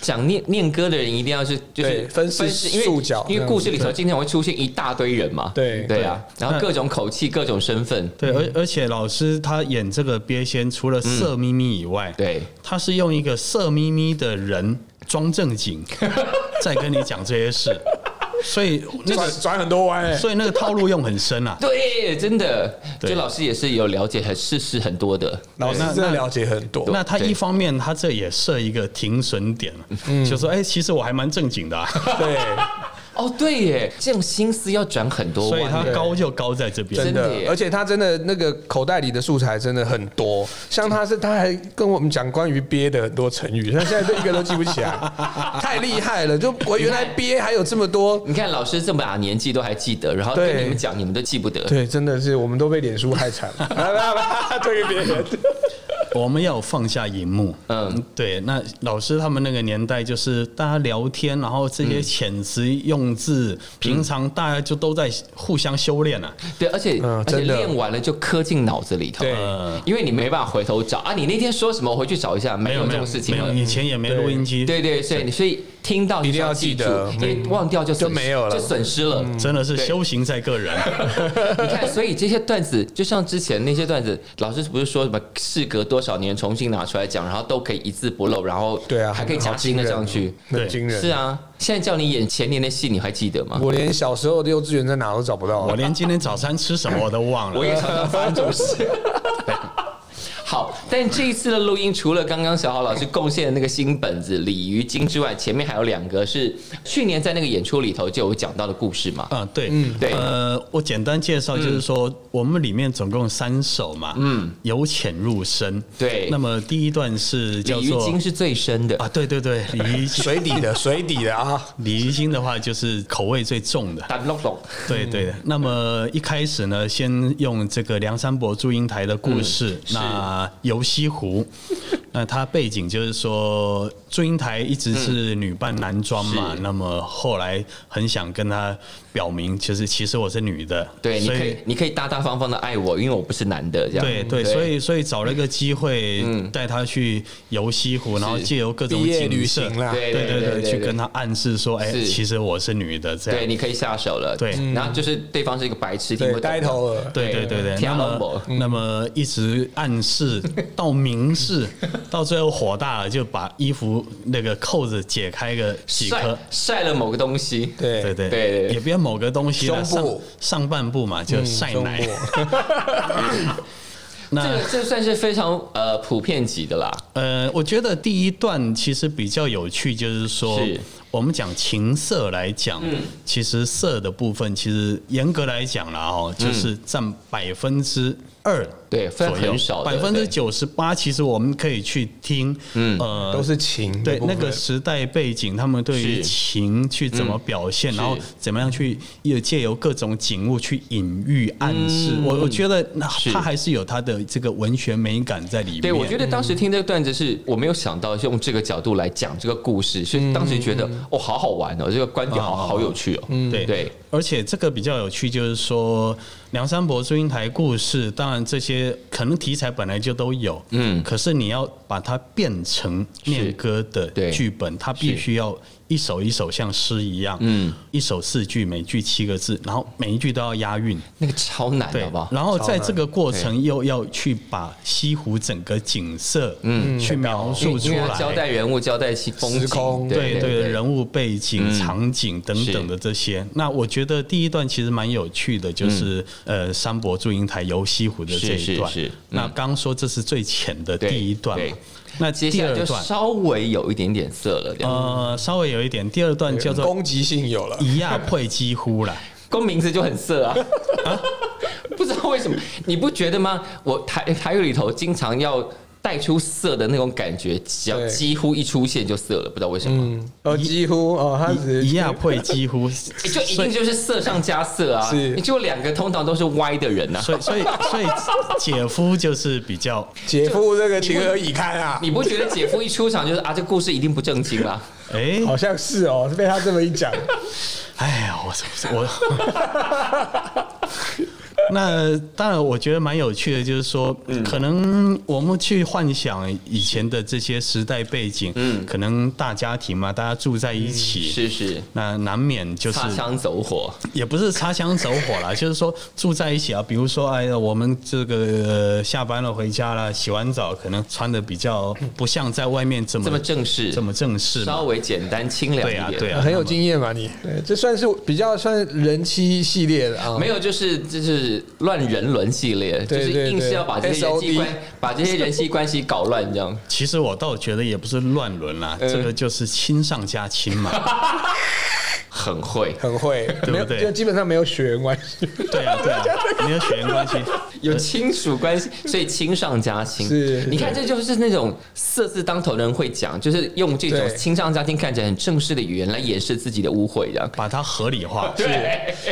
Speaker 3: 讲念念歌的人一定要是就是
Speaker 2: 对分饰
Speaker 3: 因为
Speaker 2: 数角
Speaker 3: 因为故事里
Speaker 2: 这
Speaker 3: 头经常会出现一大堆人嘛。
Speaker 2: 对
Speaker 3: 对啊，然后各种口气、各种身份，
Speaker 4: 对，而而且老师他演这个鳖仙，除了色眯眯以外，
Speaker 3: 对。
Speaker 4: 他是用一个色眯眯的人装正 经，在跟你讲这些事，所以那
Speaker 2: 转
Speaker 4: 个
Speaker 2: 转很多弯哎、
Speaker 4: 所以那个套路用很深啊。
Speaker 3: 对，真的，
Speaker 4: 对
Speaker 3: 就老师也是有了解很事事很多的，
Speaker 2: 老师真的了解很多。
Speaker 4: 那他
Speaker 3: 对
Speaker 4: 一方面他这也设一个停损点，
Speaker 3: 嗯
Speaker 4: 就说哎、其实我还蛮正经的、啊，
Speaker 2: 对，
Speaker 3: 哦，对耶，这种心思要转很多
Speaker 4: 所以他
Speaker 3: 弯，
Speaker 4: 高就高在这边
Speaker 3: 真
Speaker 2: 真。
Speaker 3: 的
Speaker 2: 的
Speaker 3: 耶，
Speaker 2: 而且他真的那个口袋里的素材真的很多，像他是他还跟我们讲关于憋的很多成语，他现在都一个都记不 起来，太厉害了！就我原来憋还有这么多，
Speaker 3: 你看老师这么大年纪都还记得，然后跟
Speaker 2: 对
Speaker 3: 你们讲，你们都记不得。
Speaker 2: 对，真的是我们都被脸书害惨了，来来来， 推给别人。
Speaker 4: 我们要放下荧幕，
Speaker 3: 嗯，
Speaker 4: 对。那老师他们那个年代就是大家聊天，然后这些遣词用字，平常大家就都在互相修炼啊。
Speaker 3: 对，而且
Speaker 2: 嗯
Speaker 3: 而且
Speaker 2: 真的
Speaker 3: 练完了就刻进脑子里头，
Speaker 2: 对
Speaker 4: 呃，
Speaker 3: 因为你没办法回头找啊。你那天说什么？我回去找一下，没
Speaker 4: 没有
Speaker 3: 有这
Speaker 4: 没
Speaker 3: 种
Speaker 4: 有
Speaker 3: 事情
Speaker 4: 没有，
Speaker 3: 了。
Speaker 4: 以前也没录音机，
Speaker 3: 对对，所以你所以听到
Speaker 2: 一定要
Speaker 3: 记
Speaker 2: 记
Speaker 3: 住
Speaker 2: 得，
Speaker 3: 因为忘掉就损
Speaker 2: 就没
Speaker 3: 失
Speaker 2: 有了
Speaker 3: 就损失了。
Speaker 4: 真的是
Speaker 3: 对
Speaker 4: 修行在个人。啊
Speaker 3: 你看，所以这些段子，就像之前那些段子，老师不是说什么事隔多少年重新拿出来讲，然后都可以一字不漏，然后
Speaker 2: 对啊，
Speaker 3: 还可以加
Speaker 2: 好
Speaker 3: 新
Speaker 2: 惊
Speaker 3: 的
Speaker 2: 人
Speaker 3: 上去。，
Speaker 2: 很惊人。
Speaker 3: 是啊，现在叫你演前年的戏，你还记得吗？
Speaker 2: 我连小时候的幼稚园在哪都找不到
Speaker 4: 我
Speaker 2: 啊，
Speaker 4: 连今天早餐吃什么我都忘了。
Speaker 3: 我也常常发生这种事。对好，但这一次的录音，除了刚刚小豪老师贡献的那个新本子《鲤鱼精》之外，前面还有两个是去年在那个演出里头就有讲到的故事嘛。
Speaker 4: 啊，对，
Speaker 3: 嗯对
Speaker 4: 呃，我简单介绍就是说，我们里面总共三首嘛，嗯，由浅入深，
Speaker 3: 对
Speaker 4: 那么第一段是叫
Speaker 3: 鲤鱼
Speaker 4: 做
Speaker 3: 精是最深的，
Speaker 4: 啊，对对对，鲤鱼精
Speaker 2: 水底 的，水底的啊，
Speaker 4: 鲤鱼精的话就是口味最重的，
Speaker 3: 打隆隆，
Speaker 4: 对对
Speaker 3: 嗯
Speaker 4: 的。那么一开始呢，先用这个梁山伯祝英台的故事，
Speaker 3: 嗯是
Speaker 4: 那游西 湖，那它背景就是说祝英台一直是女扮男装嘛，
Speaker 3: 嗯是
Speaker 4: 那么后来很想跟他表明，就是其实我是女的，
Speaker 3: 对，你
Speaker 4: 所
Speaker 3: 可以，你可以大大方方的爱我，因为我不是男的，这样
Speaker 4: 对对，所以所以找了一个机会
Speaker 3: 嗯
Speaker 4: 带他去游西湖，然后借由各种
Speaker 2: 毕业旅
Speaker 4: 景色，
Speaker 2: 行啦，
Speaker 3: 对
Speaker 4: 啊对对
Speaker 3: 对
Speaker 4: 对，
Speaker 3: 对
Speaker 4: 去跟他暗示说，哎，
Speaker 3: 是
Speaker 4: 其实我是女的这
Speaker 3: 对，
Speaker 4: 样。
Speaker 3: 你可以下手了。
Speaker 4: 对
Speaker 3: 嗯然后就是对方是一个白痴，听
Speaker 2: 对，
Speaker 3: 不懂
Speaker 2: 呆
Speaker 3: 的。
Speaker 2: 头鹅，
Speaker 4: 对对 对对，
Speaker 3: 听
Speaker 4: 那
Speaker 3: 不
Speaker 4: 么那么一直暗示到明示，到最后火大了，就把衣服那个扣子解开个几颗
Speaker 3: 晒，晒了某个东西，
Speaker 2: 对
Speaker 4: 对对
Speaker 3: 对对对
Speaker 4: 也不要某个东西啦
Speaker 2: 胸
Speaker 4: 上
Speaker 2: 部嗯
Speaker 4: 上半部嘛，就晒
Speaker 2: 中
Speaker 4: 奶。
Speaker 2: 国
Speaker 3: 这
Speaker 4: 那
Speaker 3: 个这算是非常呃普遍级的啦。
Speaker 4: 呃，我觉得第一段其实比较有趣，就是说
Speaker 3: 是嗯
Speaker 4: 我们讲情色来讲，其实色的部分其实严格来讲啦，哦，就是占百分之二。
Speaker 3: 对，非
Speaker 4: 左
Speaker 3: 常
Speaker 4: 右
Speaker 3: 很少的，
Speaker 4: 百分之
Speaker 3: 对
Speaker 4: 九十八，其实我们可以去听，嗯，呃，
Speaker 2: 都是情的
Speaker 4: 对
Speaker 2: 部
Speaker 4: 那
Speaker 2: 分，
Speaker 4: 个时代背景，他们对于
Speaker 3: 是
Speaker 4: 情去怎么表现，然后
Speaker 3: 是
Speaker 4: 怎么样去也借由各种景物去隐喻暗示。我我觉得那
Speaker 3: 嗯是
Speaker 4: 它还是有它的这个文学美感在里面。
Speaker 3: 对，我觉得当时听这个段子是我没有想到用这个角度来讲这个故事，所
Speaker 2: 嗯
Speaker 3: 以当时觉得
Speaker 4: 嗯
Speaker 3: 哦，好好玩哦，这个观点好
Speaker 4: 哦
Speaker 3: 好有趣哦。
Speaker 2: 嗯
Speaker 4: 对
Speaker 3: 对，
Speaker 4: 而且这个比较有趣，就是说梁山伯祝英台故事，当然这些可能题材本来就都有，
Speaker 3: 嗯
Speaker 4: 嗯，可是你要把它变成念歌
Speaker 3: 对
Speaker 4: 的剧本，它必须要一首一首像诗一样，
Speaker 3: 嗯
Speaker 4: 嗯，一首四句，每句七个字，然后每一句都要押韵，
Speaker 3: 那个超难，
Speaker 4: 对
Speaker 3: 好不好？
Speaker 4: 然后在这个过程又要去把西湖整个景色，嗯，去描述出
Speaker 3: 因为要
Speaker 4: 来，
Speaker 3: 交代人物，交代其风景
Speaker 2: 时空
Speaker 4: 对
Speaker 3: 对
Speaker 4: 对，人物背景、
Speaker 3: 嗯
Speaker 4: 场景等等的这些。那我觉得第一段其实蛮有趣的，就是、呃，山伯祝英台游西湖的这
Speaker 3: 是
Speaker 4: 一段。
Speaker 3: 嗯是是嗯
Speaker 4: 那刚说这是最浅的
Speaker 3: 对
Speaker 4: 第一段
Speaker 3: 对
Speaker 4: 嘛，那
Speaker 3: 接
Speaker 4: 第
Speaker 3: 下来
Speaker 4: 二
Speaker 3: 就
Speaker 4: 段
Speaker 3: 稍微有一点点色了，这样。
Speaker 4: 呃稍微有一点，第二段叫
Speaker 3: 嗯
Speaker 4: 做
Speaker 2: 攻击性有了
Speaker 4: “一亚会几乎”啦。
Speaker 3: 光名字就很色啊。 不知道为什么，你不觉得吗？我台台语里头经常要带出色的那种感觉，只要
Speaker 2: 对
Speaker 3: 几乎一出现就色了，不知道为什么，
Speaker 2: 嗯，哦，几乎哦，他只
Speaker 4: 一一亚会几乎，
Speaker 3: 欸就一
Speaker 4: 所
Speaker 3: 定
Speaker 4: 以
Speaker 3: 就是色上加色啊！
Speaker 2: 是
Speaker 3: 你就两个通常都是歪的人啊，
Speaker 4: 所以所以所以姐夫就是比较
Speaker 2: 姐夫这个情何以堪啊？
Speaker 3: 你不觉得姐夫一出场就是啊，这故事一定不正经 啦？
Speaker 4: 哎
Speaker 2: 好像是哦，被他这么一 讲，
Speaker 4: 哎呀，我我。 那当然，我觉得蛮有趣的，就是说，
Speaker 3: 嗯
Speaker 4: 可能我们去幻想以前的这些时代背景，嗯，可能大家庭嘛，大家住在一起，
Speaker 3: 嗯是是，
Speaker 4: 那难免就是
Speaker 3: 擦枪走火，
Speaker 4: 也不是擦枪走火啦， 就是说住在一起啊，比如说，哎呀，我们这个、呃下班了回家了，洗完澡，可能穿的比较不像在外面这么
Speaker 3: 这么正式，
Speaker 4: 这么正式嘛
Speaker 3: 稍，微简单清凉
Speaker 4: 对啊
Speaker 3: 一点，
Speaker 4: 对啊
Speaker 2: 很有经验嘛你？对，这算是比较算人妻系列的啊。
Speaker 3: 没有，就是就是乱人伦系列，就
Speaker 2: 对
Speaker 3: 是硬是要把这些人际关
Speaker 2: SOD
Speaker 3: 把这些人际关系搞乱这样。
Speaker 4: 其实我倒觉得也不是乱伦啦，
Speaker 3: 呃
Speaker 4: 这个就是亲上加亲 嘛。
Speaker 3: 很会，
Speaker 2: 很会，
Speaker 4: 对
Speaker 2: 没有
Speaker 4: 不对
Speaker 2: 就基本上没有血缘关系，
Speaker 4: 对啊，对啊，没有血缘关系。呃
Speaker 3: 有亲属关系， 所以亲上加亲。
Speaker 2: 是
Speaker 3: 你看这就是那种色字当头的人会讲，就是用这种
Speaker 2: 对
Speaker 3: 亲上加亲看起来很正式的语言来掩饰自己的污秽，这样。
Speaker 4: 把它合理 化，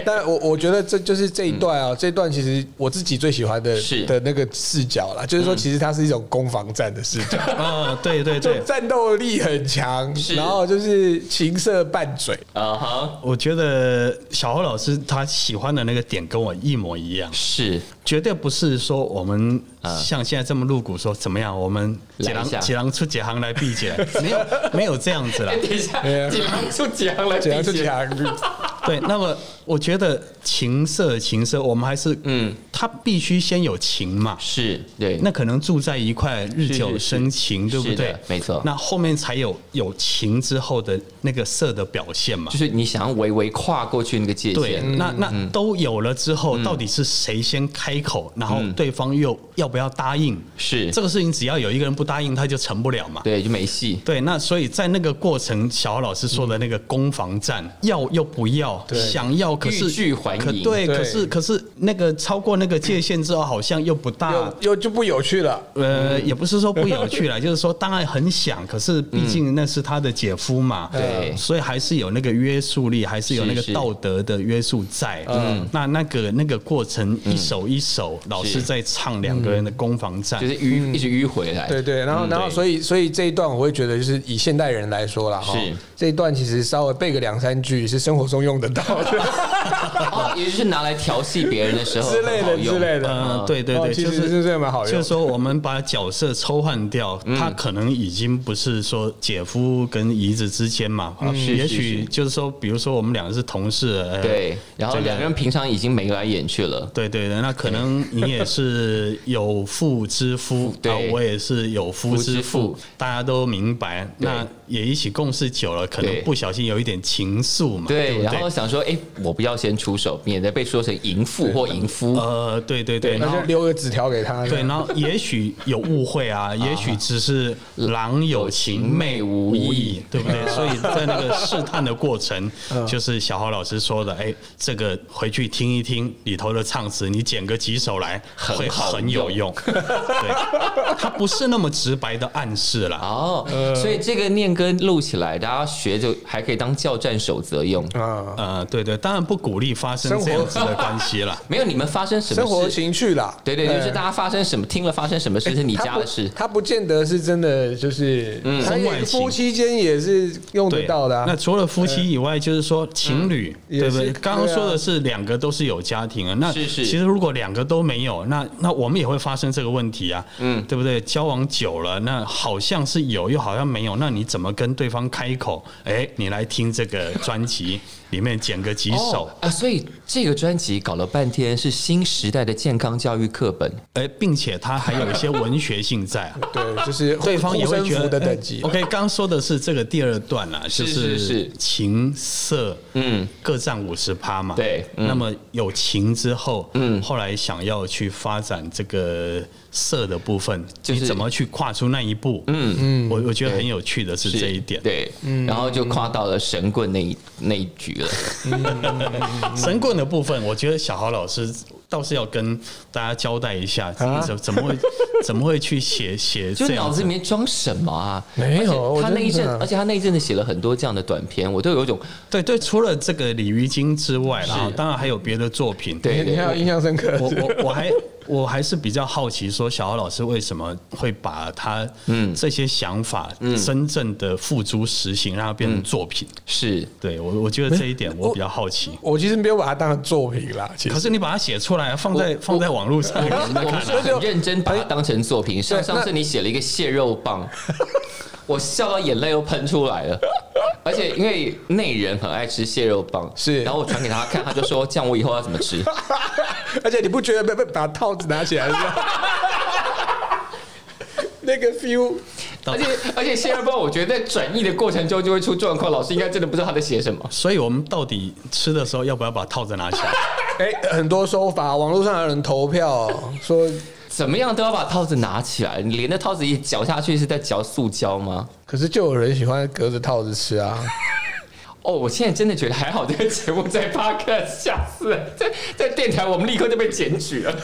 Speaker 2: 但我我觉得这就是这一
Speaker 4: 嗯
Speaker 2: 段啊，这一段其实我自己最喜欢的
Speaker 3: 是
Speaker 2: 的那个视角啦，就是说
Speaker 4: 嗯
Speaker 2: 其实它是一种攻防战的视角，
Speaker 4: 啊，对对
Speaker 2: 就
Speaker 4: 对，
Speaker 2: 战斗力很强
Speaker 3: 是，
Speaker 2: 然后就是情色拌嘴，
Speaker 3: 啊哈，
Speaker 4: 我觉得小侯老师他喜欢的那个点跟我一模一样，
Speaker 3: 是
Speaker 4: 绝对不是说我们
Speaker 3: 啊
Speaker 4: 像现在这么露骨说怎么样，我们解
Speaker 3: 来一下
Speaker 4: 囊解囊出解行来 避解，没有没有这样子啦
Speaker 3: 哎，等一下，
Speaker 2: 对啊
Speaker 3: 几行就几行来
Speaker 2: 怎样
Speaker 3: 避
Speaker 2: 就
Speaker 3: 嫌，
Speaker 2: 讲
Speaker 4: 对，那么我觉得情色情色，我们还是嗯，它必须先有情嘛，
Speaker 3: 是对，
Speaker 4: 那可能住在一块，日久生情，对不
Speaker 3: 是
Speaker 4: 对
Speaker 3: 的？没错
Speaker 4: 那后面才有有情之后的那个色的表现嘛
Speaker 3: 就。是你想要微微跨过去那个界
Speaker 4: 对，
Speaker 3: 限，
Speaker 4: 那那都有了之
Speaker 3: 嗯
Speaker 4: 后，到底是谁先开口，然后对方又要不要答应？
Speaker 3: 是
Speaker 4: 这个事情只要有一个人不答应，他就成不了嘛。
Speaker 3: 对，就没戏。
Speaker 4: 对，那所以在那个过程，小豪老师说的那个攻防战，要又不要，
Speaker 2: 对
Speaker 4: 想要可是
Speaker 3: 欲拒还迎
Speaker 4: 可对，
Speaker 2: 对
Speaker 4: 可是可是那个超过那个界限之后，好像又不大。
Speaker 2: 又又就不有趣了。
Speaker 4: 呃，也不是说不有趣啦，就是说当然很想，可是毕竟那是他的姐夫嘛，
Speaker 3: 嗯对
Speaker 4: 所以还是有那个约束力，还是有那个
Speaker 3: 是是
Speaker 4: 道德的约束在。嗯，那那个那个过程一首一首，老
Speaker 3: 是
Speaker 4: 师在唱两个人的攻防战
Speaker 3: 就，是迂一直迂回来，
Speaker 2: 嗯对对，然后然后
Speaker 4: 嗯对
Speaker 2: 所以所以这一段我会觉得就是以现代人来说啦，哈
Speaker 3: 是，
Speaker 2: 这一段其实稍微背个两三句是生活中用得到的
Speaker 3: 哦，也就是拿来调戏别人的时候
Speaker 2: 之类
Speaker 3: 很
Speaker 2: 的
Speaker 3: 好用
Speaker 2: 之类的，
Speaker 4: 嗯，对对
Speaker 2: 哦
Speaker 4: 对，
Speaker 2: 其
Speaker 4: 就
Speaker 2: 实
Speaker 4: 是
Speaker 2: 是这样蛮好用
Speaker 4: 就是说，我们把角色抽换掉，
Speaker 3: 嗯
Speaker 4: 他可能已经不是说姐夫跟姨子之间嘛，啊
Speaker 3: 嗯是
Speaker 4: 也
Speaker 3: 是是
Speaker 4: 许就是说，比如说我们两个是同事，呃
Speaker 3: 对，然后
Speaker 4: 这个
Speaker 3: 两个人平常已经眉来眼去了，
Speaker 4: 对对对，那可能你也是有妇之夫
Speaker 3: ，对
Speaker 4: 啊我也是有夫之
Speaker 3: 夫之
Speaker 4: 妇
Speaker 3: 妇，
Speaker 4: 大家都明白，
Speaker 3: 对
Speaker 4: 那也一起共事久了，可
Speaker 3: 对
Speaker 4: 能不小心有一点情愫嘛，对
Speaker 3: 对，
Speaker 4: 不
Speaker 3: 然后
Speaker 4: 对？
Speaker 3: 想说，哎，我不要先出手，免得被说成淫妇或淫夫，
Speaker 4: 嗯呃，对对对，然
Speaker 2: 那
Speaker 4: 后
Speaker 2: 就留个纸条给他。
Speaker 4: 对，然后也许有误会啊，也许只是郎有情妹无
Speaker 3: 无
Speaker 4: 意
Speaker 3: 意，
Speaker 4: 对不对？所以在那个试探的过程，就是小豪老师说的，哎，这个回去听一听里头的唱词，你剪个几首来，
Speaker 3: 很
Speaker 4: 会
Speaker 3: 好
Speaker 4: 很有
Speaker 3: 用
Speaker 4: 用。对，它不是那么直白的暗示啦。
Speaker 3: 哦，
Speaker 2: 呃
Speaker 3: 所以这个念歌录起来，大家学就还可以当教战守则用。
Speaker 2: 啊，
Speaker 4: 呃，对对，当然不鼓励发生
Speaker 2: 生活
Speaker 4: 这样子的关系啦。
Speaker 3: 没有你们发生什
Speaker 2: 生活
Speaker 3: 么事？
Speaker 2: 情趣啦，
Speaker 3: 对对，就是
Speaker 2: 嗯
Speaker 3: 大家发生什么，听了发生什么事是你
Speaker 2: 他
Speaker 3: 家
Speaker 2: 不
Speaker 3: 的事，
Speaker 2: 他不见得是真的，就是他
Speaker 4: 婚嗯外
Speaker 2: 也
Speaker 4: 情
Speaker 2: 夫妻间也是用得
Speaker 4: 对，
Speaker 2: 到的啊
Speaker 4: 那。除了夫妻以外，就是说情侣，
Speaker 2: 嗯
Speaker 4: 对不
Speaker 2: 也
Speaker 4: 对？
Speaker 2: 是
Speaker 4: 刚刚
Speaker 2: 对啊
Speaker 4: 说的是两个都是有家庭啊，那
Speaker 3: 是是
Speaker 4: 其实如果两个都没有，那那我们也会发生这个问题啊，嗯，对不对？交往久了，那好像是有，又好像没有，那你怎么跟对方开口？哎，你来听这个专辑里面剪个几首
Speaker 3: 哦，啊，所以这个专辑搞了半天是新时代的健康教育课本，
Speaker 4: 哎，并且它还有一些文学性在啊。
Speaker 2: 对，就是互
Speaker 4: 对方也
Speaker 2: 护
Speaker 4: 会
Speaker 2: 身
Speaker 4: 觉
Speaker 2: 符
Speaker 4: 得
Speaker 2: 的等级啊
Speaker 4: 哎。OK，刚刚说的是这个第二段啦，就是
Speaker 3: 是
Speaker 4: 情色，嗯，各占五十趴嘛。
Speaker 3: 对嗯
Speaker 4: 那么有情之后，嗯，后来想要去发展这个色的部分，
Speaker 3: 就是
Speaker 4: 你怎么去跨出那一步？嗯嗯，我我觉得很有趣的是这一点。
Speaker 3: 对，
Speaker 2: 嗯
Speaker 3: 然后就跨到了神棍那一那一局了。
Speaker 4: 神棍的部分，我觉得小豪老师倒是要跟大家交代一下，
Speaker 2: 啊
Speaker 4: 怎怎么会 怎么会去写写
Speaker 3: 就
Speaker 4: 这
Speaker 3: 脑
Speaker 4: 样
Speaker 3: 子
Speaker 4: 子
Speaker 3: 里？面装什么啊？
Speaker 2: 没有
Speaker 3: 而且
Speaker 2: 我
Speaker 3: 他
Speaker 2: 真的
Speaker 3: 那一阵，而且他那一阵子写了很多这样的短片，我都有一种
Speaker 4: 对对，除了这个鲤鱼精之外啦
Speaker 3: 是，
Speaker 4: 当然还有别的作品。对
Speaker 3: 对
Speaker 2: 你
Speaker 3: 对
Speaker 2: 你还有印象深刻
Speaker 4: 我？我我还我还是比较好奇，说小豪老师为什么会把他嗯这些想法
Speaker 2: 嗯
Speaker 4: 真正的付诸实行，让它变成作品？
Speaker 3: 是
Speaker 4: 对我我觉得这一点我比较好奇。
Speaker 2: 我其实没有把它当成作品啦，其
Speaker 4: 可
Speaker 2: 实
Speaker 4: 是你把它写出来，啊放在放在网络上给人家
Speaker 3: 我们
Speaker 4: 看
Speaker 3: 是
Speaker 4: 啊，
Speaker 3: 很认真把它当成作品。像
Speaker 2: 哎对
Speaker 3: 上次你写了一个蟹肉 棒，我笑到眼泪都喷出来了。而且因为内人很爱吃蟹肉棒，
Speaker 2: 是
Speaker 3: 然后我传给他看，他就说这样我以后要怎么吃？
Speaker 2: 而且你不觉得被被把套子拿起来是吧？ 那个 feel，
Speaker 3: 而且而且蟹肉棒，我觉得在转译的过程中就会出状况，老师应该真的不知道他在写什么。
Speaker 4: 所以我们到底吃的时候要不要把套子拿起来？
Speaker 2: 哎、很多说法，网络上有人投票说，
Speaker 3: 怎么样都要把套子拿起来，你连那套子一嚼下去是在嚼塑胶吗？
Speaker 2: 可是就有人喜欢隔着套子吃啊。
Speaker 3: 哦，我现在真的觉得还好，这个节目在 podcast，吓死了！在在电台，我们立刻就被检举了。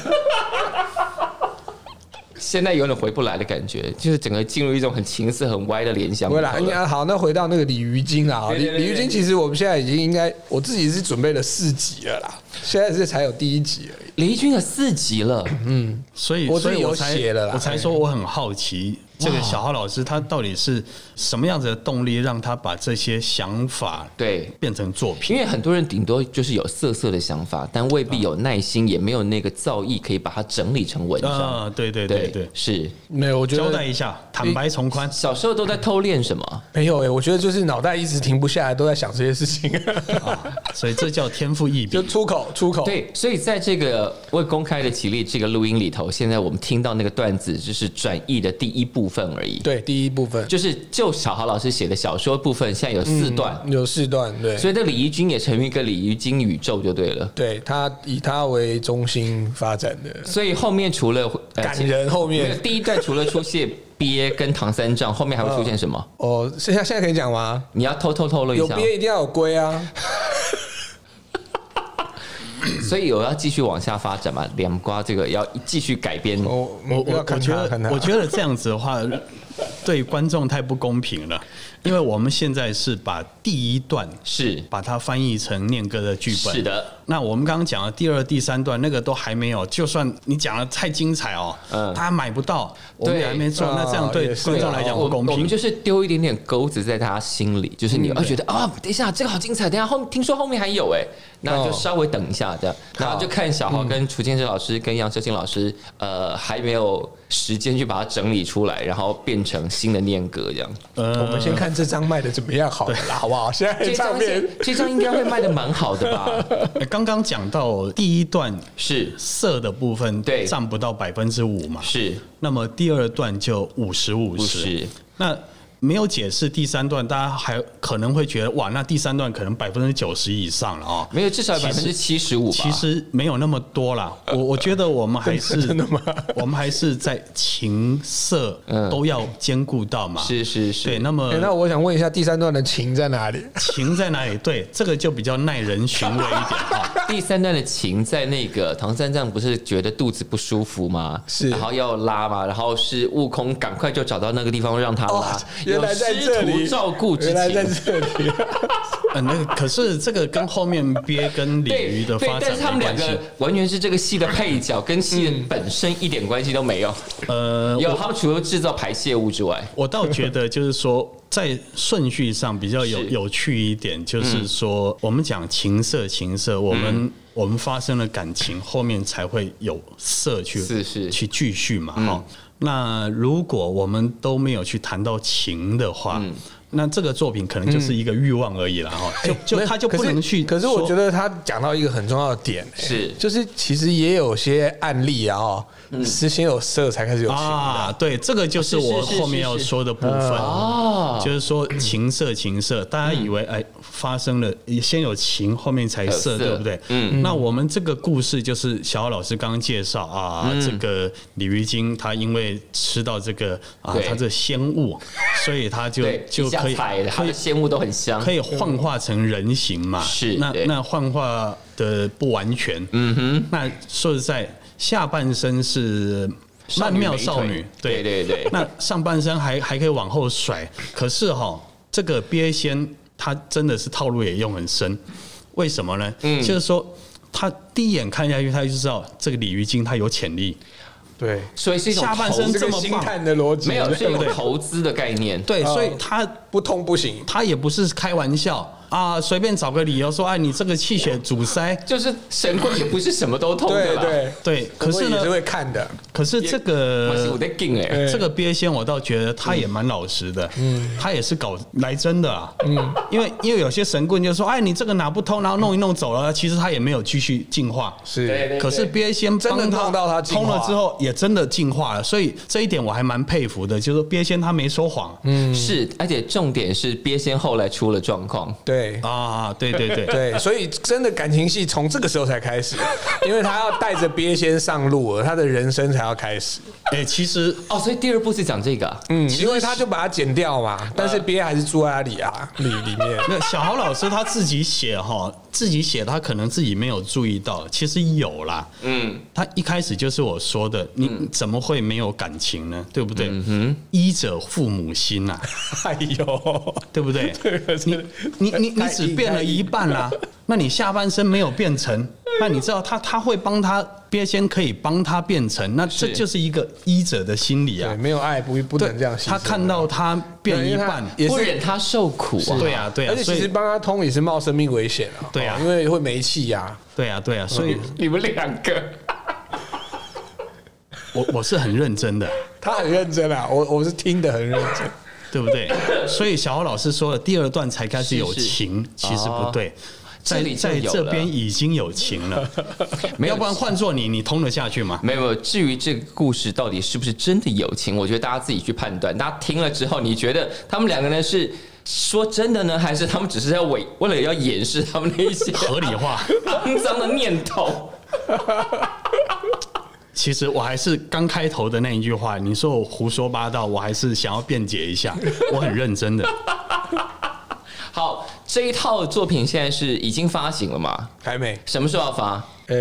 Speaker 3: 现在有点回不来的感觉，就是整个进入一种很情色、很歪的联想里
Speaker 2: 不
Speaker 3: 头
Speaker 2: 会啦，
Speaker 3: 了。
Speaker 2: 应该嗯好。那回到那个鲤鱼精啦，
Speaker 3: 对
Speaker 2: 鲤
Speaker 3: 对对
Speaker 2: 鲤鱼精其实我们现在已经应该，我自己是准备了四集了啦，现在是才有第一集而已。
Speaker 3: 李军有四集了，
Speaker 4: 所以
Speaker 2: 我自
Speaker 4: 所
Speaker 2: 己
Speaker 4: 以我
Speaker 2: 有
Speaker 4: 才
Speaker 2: 写了啦
Speaker 4: 我才说我很好奇，这个小浩老师他到底是什么样子的动力，让他把这些想法
Speaker 3: 对
Speaker 4: 变成作
Speaker 3: 因
Speaker 4: 品？
Speaker 3: 为很多人顶多就是有色色的想法，但未必有耐心，也没有那个造诣可以把它整理成文章。
Speaker 2: 嗯
Speaker 4: 啊，对对对对，
Speaker 3: 是
Speaker 2: 没有，我觉
Speaker 4: 交
Speaker 2: 得
Speaker 4: 代一下，坦白从宽。
Speaker 3: 小时候都在偷练什么？
Speaker 2: 没有诶、我觉得就是脑袋一直停不下来，都在想这些事 情，
Speaker 4: 所以这叫天赋异
Speaker 2: 就
Speaker 4: 禀。
Speaker 2: 出口出口。
Speaker 3: 对，所以在这个未公开的起立这个录音里头，现在我们听到那个段子就是转译的第一部分而已，
Speaker 2: 对，第一部分
Speaker 3: 就是就小豪老师写的小说部分，现在有四段，
Speaker 2: 有四段，对，
Speaker 3: 所以这李怡君也成为一个李怡君宇宙就对了。
Speaker 2: 对他以他为中心发展的，
Speaker 3: 所以后面除了呃
Speaker 2: 感
Speaker 3: 其
Speaker 2: 人后
Speaker 3: 没有
Speaker 2: 面
Speaker 3: 第一段除了出现鳖跟唐三藏，后面还会出现什么？
Speaker 2: 哦，现在现在可以讲吗？
Speaker 3: 你要偷偷透露一
Speaker 2: 有
Speaker 3: 下哦，
Speaker 2: 鳖一定要有龟啊，
Speaker 3: 所以有要继续往下发展嘛？两瓜这个要继续改编，
Speaker 2: 我嗯
Speaker 4: 我
Speaker 2: 要
Speaker 4: 我我
Speaker 2: 看
Speaker 4: 觉
Speaker 2: 他看他
Speaker 4: 得，我觉得这样子的话，对观众太不公平了，因为我们现在是把第一段
Speaker 3: 是
Speaker 4: 把它翻译成念歌的剧本。
Speaker 3: 是。的，
Speaker 4: 那我们刚刚讲的第二、第三段那个都还没有，就算你讲的太精彩哦，
Speaker 3: 嗯
Speaker 4: 大家买不到，我们
Speaker 3: 对
Speaker 4: 也还没做，
Speaker 2: 啊
Speaker 4: 那这样对
Speaker 2: 也是
Speaker 4: 观众来讲不公
Speaker 3: 哦我们
Speaker 4: 平。嗯
Speaker 3: 就是丢一点点钩子在他心里，就是你要觉得啊、等一下这个好精彩，等一下后听说后面还有哎，那
Speaker 4: 哦
Speaker 3: 就稍微等一下这样，然后就看小
Speaker 4: 嗯
Speaker 3: 豪跟楚建设老师跟杨秀清老师，呃，还没有时间去把它整理出来，然后变成新的念歌这样。
Speaker 4: 呃
Speaker 2: 我们先看这张卖的怎么样好了啦，好不好？现
Speaker 4: 哎
Speaker 2: 在
Speaker 3: 这
Speaker 2: 上
Speaker 3: 张
Speaker 2: 面
Speaker 3: 是这张应该会卖的蛮好 的吧？
Speaker 4: 刚刚讲到第一段
Speaker 3: 是
Speaker 4: 色的部分，
Speaker 3: 对
Speaker 4: 占不到百分之五嘛，
Speaker 3: 是
Speaker 4: 那么第二段就五十五
Speaker 3: 不
Speaker 4: 十，
Speaker 3: 是？
Speaker 4: 那。没有解释第三段，大家还可能会觉得哇，那第三段可能百分之九十以上了啊、
Speaker 3: 没有，至少百
Speaker 4: 其
Speaker 3: 分
Speaker 4: 实
Speaker 3: 之七十五吧。
Speaker 4: 其实没有那么多啦，我我觉得我们还是
Speaker 2: 真的吗？
Speaker 4: 我们还是在情色
Speaker 3: 嗯
Speaker 4: 都要兼顾到嘛。
Speaker 3: 是哎是是，
Speaker 4: 对，那么
Speaker 2: 哎诶那我想问一下，第三段的情在哪里？
Speaker 4: 情在哪里？对，这个就比较耐人寻味一点 哈。
Speaker 3: 第三段的情在那个唐三藏不是觉得肚子不舒服吗？
Speaker 2: 是
Speaker 3: 然后要拉嘛，然后是悟空赶快就找到那个地方让他拉，
Speaker 2: 哦原
Speaker 3: 有
Speaker 2: 来在这
Speaker 3: 师徒
Speaker 2: 里，
Speaker 3: 照顾之
Speaker 2: 原来在
Speaker 3: 情。
Speaker 2: 这里，
Speaker 4: 呃，那个可是这个跟后面鳖跟鲤
Speaker 3: 对
Speaker 4: 鱼的
Speaker 3: 对
Speaker 4: 发，
Speaker 3: 但是他
Speaker 4: 展
Speaker 3: 们
Speaker 4: 没
Speaker 3: 两
Speaker 4: 关系
Speaker 3: 个。完全是这个戏的配角，跟戏
Speaker 2: 嗯
Speaker 3: 的本身一点关系都没有。
Speaker 4: 呃，
Speaker 3: 有他们除了制造排泄物之外，
Speaker 4: 我倒觉得就是说，在顺序上比较有
Speaker 3: 是
Speaker 4: 有趣一点，就是说，我们讲情色，情色，我们、我们发生了感情，后面才会有色去
Speaker 3: 是是
Speaker 4: 去继续嘛，哈、那如果我们都没有去谈到情的话，那这个作品可能就是一个欲望而已了，哈、就就他就不能去
Speaker 2: 哎可是我
Speaker 4: 说
Speaker 2: 觉得他讲到一个很重要的点、欸
Speaker 3: 是
Speaker 2: 就是其实也有些案例啊、哦，是先有色才开始有情的。
Speaker 4: 啊，对，这个就是我
Speaker 3: 是是是
Speaker 4: 后面要说的部分
Speaker 3: 哦嗯
Speaker 4: 就是说情色情色，大家以为哎发生了先有情，后面才
Speaker 3: 有色
Speaker 4: 色，对不对？嗯，那我们这个故事就是小奥老师刚刚介绍啊，
Speaker 3: 嗯
Speaker 4: 这个鲤鱼精他因为吃到这个啊
Speaker 3: 对
Speaker 4: 他这仙物，所以他就
Speaker 3: 对，
Speaker 4: 就
Speaker 3: 一下
Speaker 4: 可以
Speaker 3: 踩的，他
Speaker 4: 可以
Speaker 3: 的鲜物都很香。
Speaker 4: 可以幻化成人形嘛？
Speaker 3: 是
Speaker 4: 那
Speaker 3: 对
Speaker 4: 那幻化的不完全。嗯哼，那说实在，下半身是曼妙少
Speaker 3: 美
Speaker 4: 女
Speaker 3: 腿，对对对，
Speaker 4: 那上半身还还可以往后甩，可是哈、这个鳖仙它真的是套路也用很深，为什么呢？
Speaker 3: 嗯
Speaker 4: 就是说他第一眼看下去，他就知道这个鲤鱼精它有潜力，
Speaker 2: 对，
Speaker 3: 所以是一种
Speaker 4: 下半
Speaker 3: 投
Speaker 4: 身
Speaker 2: 这
Speaker 4: 这
Speaker 2: 个
Speaker 4: 么
Speaker 2: 星
Speaker 4: 棒，
Speaker 2: 探的逻辑
Speaker 3: 没有是一
Speaker 2: 对不
Speaker 3: 种
Speaker 2: 对
Speaker 3: 投资的概念。
Speaker 4: 对，
Speaker 2: 哦
Speaker 4: 所以他
Speaker 2: 不痛不行。
Speaker 4: 他也不是开玩笑啊，随便找个理由说，哎，你这个气血阻塞。
Speaker 3: 就是神棍也不是什么都通的
Speaker 2: 对
Speaker 3: 啦。
Speaker 2: 对，
Speaker 4: 对，可是
Speaker 2: 也
Speaker 4: 呢
Speaker 2: 是，会看的，
Speaker 4: 可是这
Speaker 3: 我是我
Speaker 4: 个
Speaker 3: 在劲哎、
Speaker 2: 对
Speaker 4: 这个鳖仙，我倒觉得他也蛮老实的，嗯，他也是搞来真的啊，嗯，因为因为有些神棍就说，哎，你这个哪不通，然后弄一弄走了，其实他也没有继续进化。
Speaker 3: 对
Speaker 2: 是
Speaker 3: 对
Speaker 4: 可是鳖仙
Speaker 2: 真的
Speaker 4: 帮他
Speaker 2: 弄到他进化
Speaker 4: 通了之后，也真的进化了，所以这一点我还蛮佩服的，就是说鳖仙他没说谎，嗯
Speaker 3: 是，而且重点是鳖仙后来出了状况，
Speaker 2: 对
Speaker 4: 啊，对对对，
Speaker 2: 对，所以真的感情戏从这个时候才开始， 因为他要带着鳖仙上路了，他的人生才要开始。
Speaker 4: 哎，其实
Speaker 3: 哦，所以第二部是讲这个啊、
Speaker 2: 嗯，因为他就把它剪掉嘛，但是鳖还是住在他里啊
Speaker 4: 呃
Speaker 2: 里 里面。
Speaker 4: 那小豪老师他自己写哈，自己写他可能自己没有注意到，其实有啦。嗯，他一开始就是我说的，你怎么会没有感情呢？对不对？嗯医者父母心呐、
Speaker 2: 哎呦，
Speaker 4: 对不 对？你你你你
Speaker 2: 太
Speaker 4: 只
Speaker 2: 硬
Speaker 4: 变
Speaker 2: 太
Speaker 4: 了啊
Speaker 2: 硬
Speaker 4: 一半啦、那你下半身没有变成，那你知道他他会帮他别先可以帮他变成，那这
Speaker 3: 是
Speaker 4: 就是一个医者的心理啊
Speaker 2: 对，。没有爱不不
Speaker 4: 对
Speaker 2: 能这样牺牲。
Speaker 4: 他看到他变
Speaker 2: 对
Speaker 4: 一
Speaker 2: 因为他
Speaker 4: 半，
Speaker 2: 也
Speaker 3: 不
Speaker 2: 是
Speaker 3: 忍他受苦啊。
Speaker 4: 对啊，对啊
Speaker 2: 而，且
Speaker 4: 所
Speaker 2: 其实
Speaker 4: 以
Speaker 2: 帮他通也是冒生命危险啊，
Speaker 4: 对啊
Speaker 2: 哦因为会没气呀。
Speaker 4: 对啊，对啊，所以
Speaker 3: 嗯你们两个，
Speaker 4: 我我是很认真的，
Speaker 2: 他很认真啊，我我是听得很认真。
Speaker 4: 对不对？所以小欧老师说了，第二段才开始有
Speaker 3: 是是哦
Speaker 4: 情，其实不对，
Speaker 3: 这
Speaker 4: 在
Speaker 3: 里就
Speaker 4: 在
Speaker 3: 有
Speaker 4: 这
Speaker 3: 了
Speaker 4: 边已经有情 了，
Speaker 3: 没有
Speaker 4: 要不然换做你，你通得下去 吗？
Speaker 3: 没有没有。至于这个故事到底是不是真的友情，我觉得大家自己去判断。大家听了之后，你觉得他们两个人是说真的呢，还是他们只是在为为了要掩饰他们那一些
Speaker 4: 合理化。
Speaker 3: 肮脏的念头？
Speaker 4: 其实我还是刚开头的那一句话，你说我胡说八道，我还是想要辩解一下，我很认真的。
Speaker 3: 好，这一套作品现在是已经发行了嘛？
Speaker 2: 还没，
Speaker 3: 什么时候要发
Speaker 2: 呃，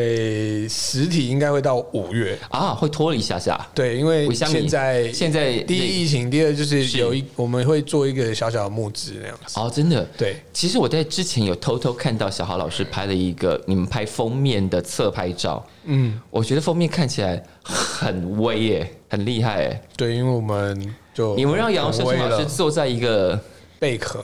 Speaker 2: 实体应该会到五月。
Speaker 3: 啊？会拖了一下下。
Speaker 2: 对，因为
Speaker 3: 我想你
Speaker 2: 现在
Speaker 3: 现在
Speaker 2: 第
Speaker 3: 那
Speaker 2: 一疫情，第二就是
Speaker 3: 是
Speaker 2: 有一我们会做一个小小的募资那样子。
Speaker 3: 哦，真的。
Speaker 2: 对，
Speaker 3: 其实我在之前有偷偷看到小豪老师拍了一个你们拍封面的侧拍照，
Speaker 2: 嗯，
Speaker 3: 我觉得封面看起来很威耶、很厉害耶、
Speaker 2: 对，因为我们
Speaker 4: 哦
Speaker 2: 就
Speaker 3: 你们让杨胜
Speaker 2: 威
Speaker 3: 成老师
Speaker 2: 了
Speaker 3: 坐在一个
Speaker 2: 贝壳，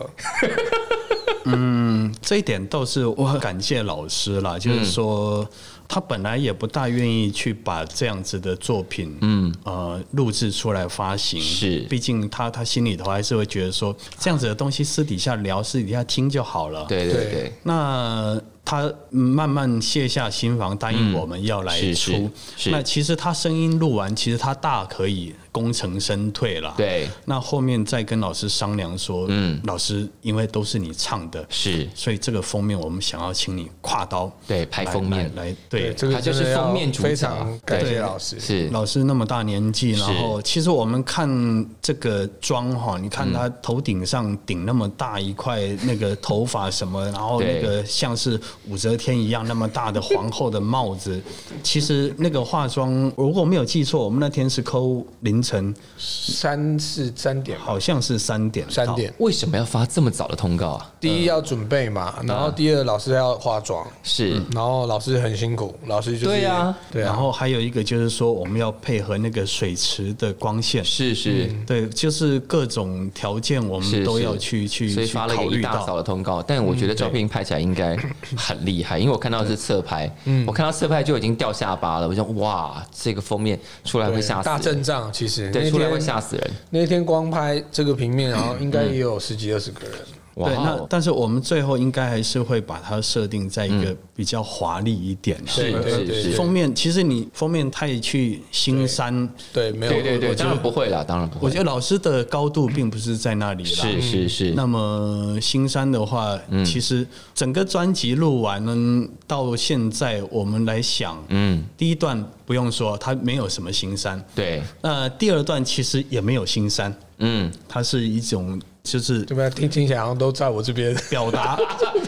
Speaker 4: 嗯，这一点倒是我很感谢老师
Speaker 3: 嗯
Speaker 4: 啦，就是说。他本来也不大愿意去把这样子的作品，嗯，呃，录制出来发行，
Speaker 3: 是
Speaker 4: 毕竟他他心里头还是会觉得说，这样子的东西私底下聊，私底下听就好了。，
Speaker 3: 对对对
Speaker 2: 对
Speaker 4: 那他慢慢卸下心防，答应我们要来
Speaker 3: 嗯是
Speaker 4: 出。
Speaker 3: 是是
Speaker 4: 那其实他声音录完，其实他大可以功成身退了。。
Speaker 3: 对
Speaker 4: 那后面再跟老师商量说，嗯，老师，因为都是你唱的，
Speaker 3: 是，
Speaker 4: 所以这个封面我们想要请你跨刀
Speaker 3: 对拍
Speaker 4: 来
Speaker 3: 封面
Speaker 4: 来来对。
Speaker 2: 这个
Speaker 3: 他就是
Speaker 2: 真的要
Speaker 3: 封面主角
Speaker 2: 非常感
Speaker 4: 对
Speaker 2: 谢老师。
Speaker 3: 是
Speaker 4: 老师那么大年纪，
Speaker 3: 是
Speaker 4: 然后其实我们看这个妆哈，你看他头顶上顶那么大一块那个头发什么，然后
Speaker 3: 对
Speaker 4: 那个像是武则天一样那么大的皇后的帽子， 其实那个化妆如果没有记错，我们那天是抠凌晨，
Speaker 2: 三是三点吧，
Speaker 4: 好像是三点到
Speaker 2: 三点。
Speaker 3: 为什么要发这么早的通告啊？
Speaker 2: 第一要准备
Speaker 3: 嗯
Speaker 2: 嘛，然后第二老师要化妆，
Speaker 3: 是、
Speaker 4: 嗯
Speaker 2: 然后老师很辛苦，老师就是
Speaker 3: 对啊
Speaker 2: 对
Speaker 4: 然
Speaker 2: 啊，
Speaker 4: 后还有一个就是说，我们要配合那个水池的光线，
Speaker 3: 是是。
Speaker 4: 对，就是各种条件我
Speaker 3: 是
Speaker 4: 们都要
Speaker 3: 是
Speaker 4: 去去
Speaker 3: 所以
Speaker 4: 去
Speaker 3: 发了
Speaker 4: 考
Speaker 3: 一个一
Speaker 4: 虑
Speaker 3: 大早
Speaker 4: 到。嗯
Speaker 3: 的通告，但我觉得照片拍起来应该很厉害，因为我看到的是侧拍，
Speaker 4: 嗯
Speaker 3: 我看到侧拍就已经掉下巴了，我想哇，这个封面出来会
Speaker 2: 对
Speaker 3: 吓
Speaker 2: 大
Speaker 3: 死人
Speaker 2: 阵，仗，其实
Speaker 3: 对，
Speaker 2: 那
Speaker 3: 出来
Speaker 2: 天
Speaker 3: 会吓死嗯人，
Speaker 2: 那天光拍这个平面，然后应该也有十几二十个人，
Speaker 3: 哇
Speaker 4: 对，那
Speaker 3: 哦，
Speaker 4: 但是我们最后应该还是会把它设定在一个比较华丽一点的、
Speaker 3: 嗯是
Speaker 2: 对对
Speaker 3: 是
Speaker 2: 对
Speaker 3: 是，
Speaker 4: 封面。其实你封面太去新山，
Speaker 2: 对，没有
Speaker 3: 对对对，
Speaker 4: 我
Speaker 3: 当然不会啦，当然不
Speaker 4: 我
Speaker 3: 会
Speaker 4: 觉，得老师的高度并不是在那里啦。
Speaker 3: 是是是，嗯
Speaker 4: 那么新山的话，其实整个专辑录完呢，到现在我们来想，
Speaker 3: 嗯，
Speaker 4: 第一段不用说，它没有什么新山。
Speaker 3: 对，
Speaker 4: 那第二段其实也没有新山，
Speaker 3: 嗯，
Speaker 4: 它是一种就是
Speaker 2: 对吧？听听起来好像都在我这边，
Speaker 4: 表达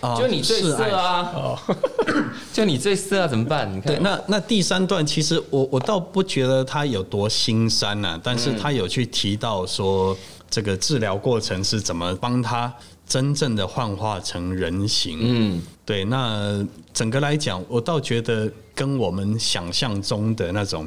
Speaker 4: 啊
Speaker 3: 就你最
Speaker 4: 示爱
Speaker 3: 色啊， 就你最色啊，怎么办？你
Speaker 4: 对，
Speaker 3: 看，
Speaker 4: 那那第三段其实我我倒不觉得他有多心酸呐、但
Speaker 3: 嗯
Speaker 4: 是他有去提到说这个治疗过程是怎么帮他真正的幻化成人形。
Speaker 3: 嗯，
Speaker 4: 对，那整个来讲，我倒觉得跟我们想象中的那种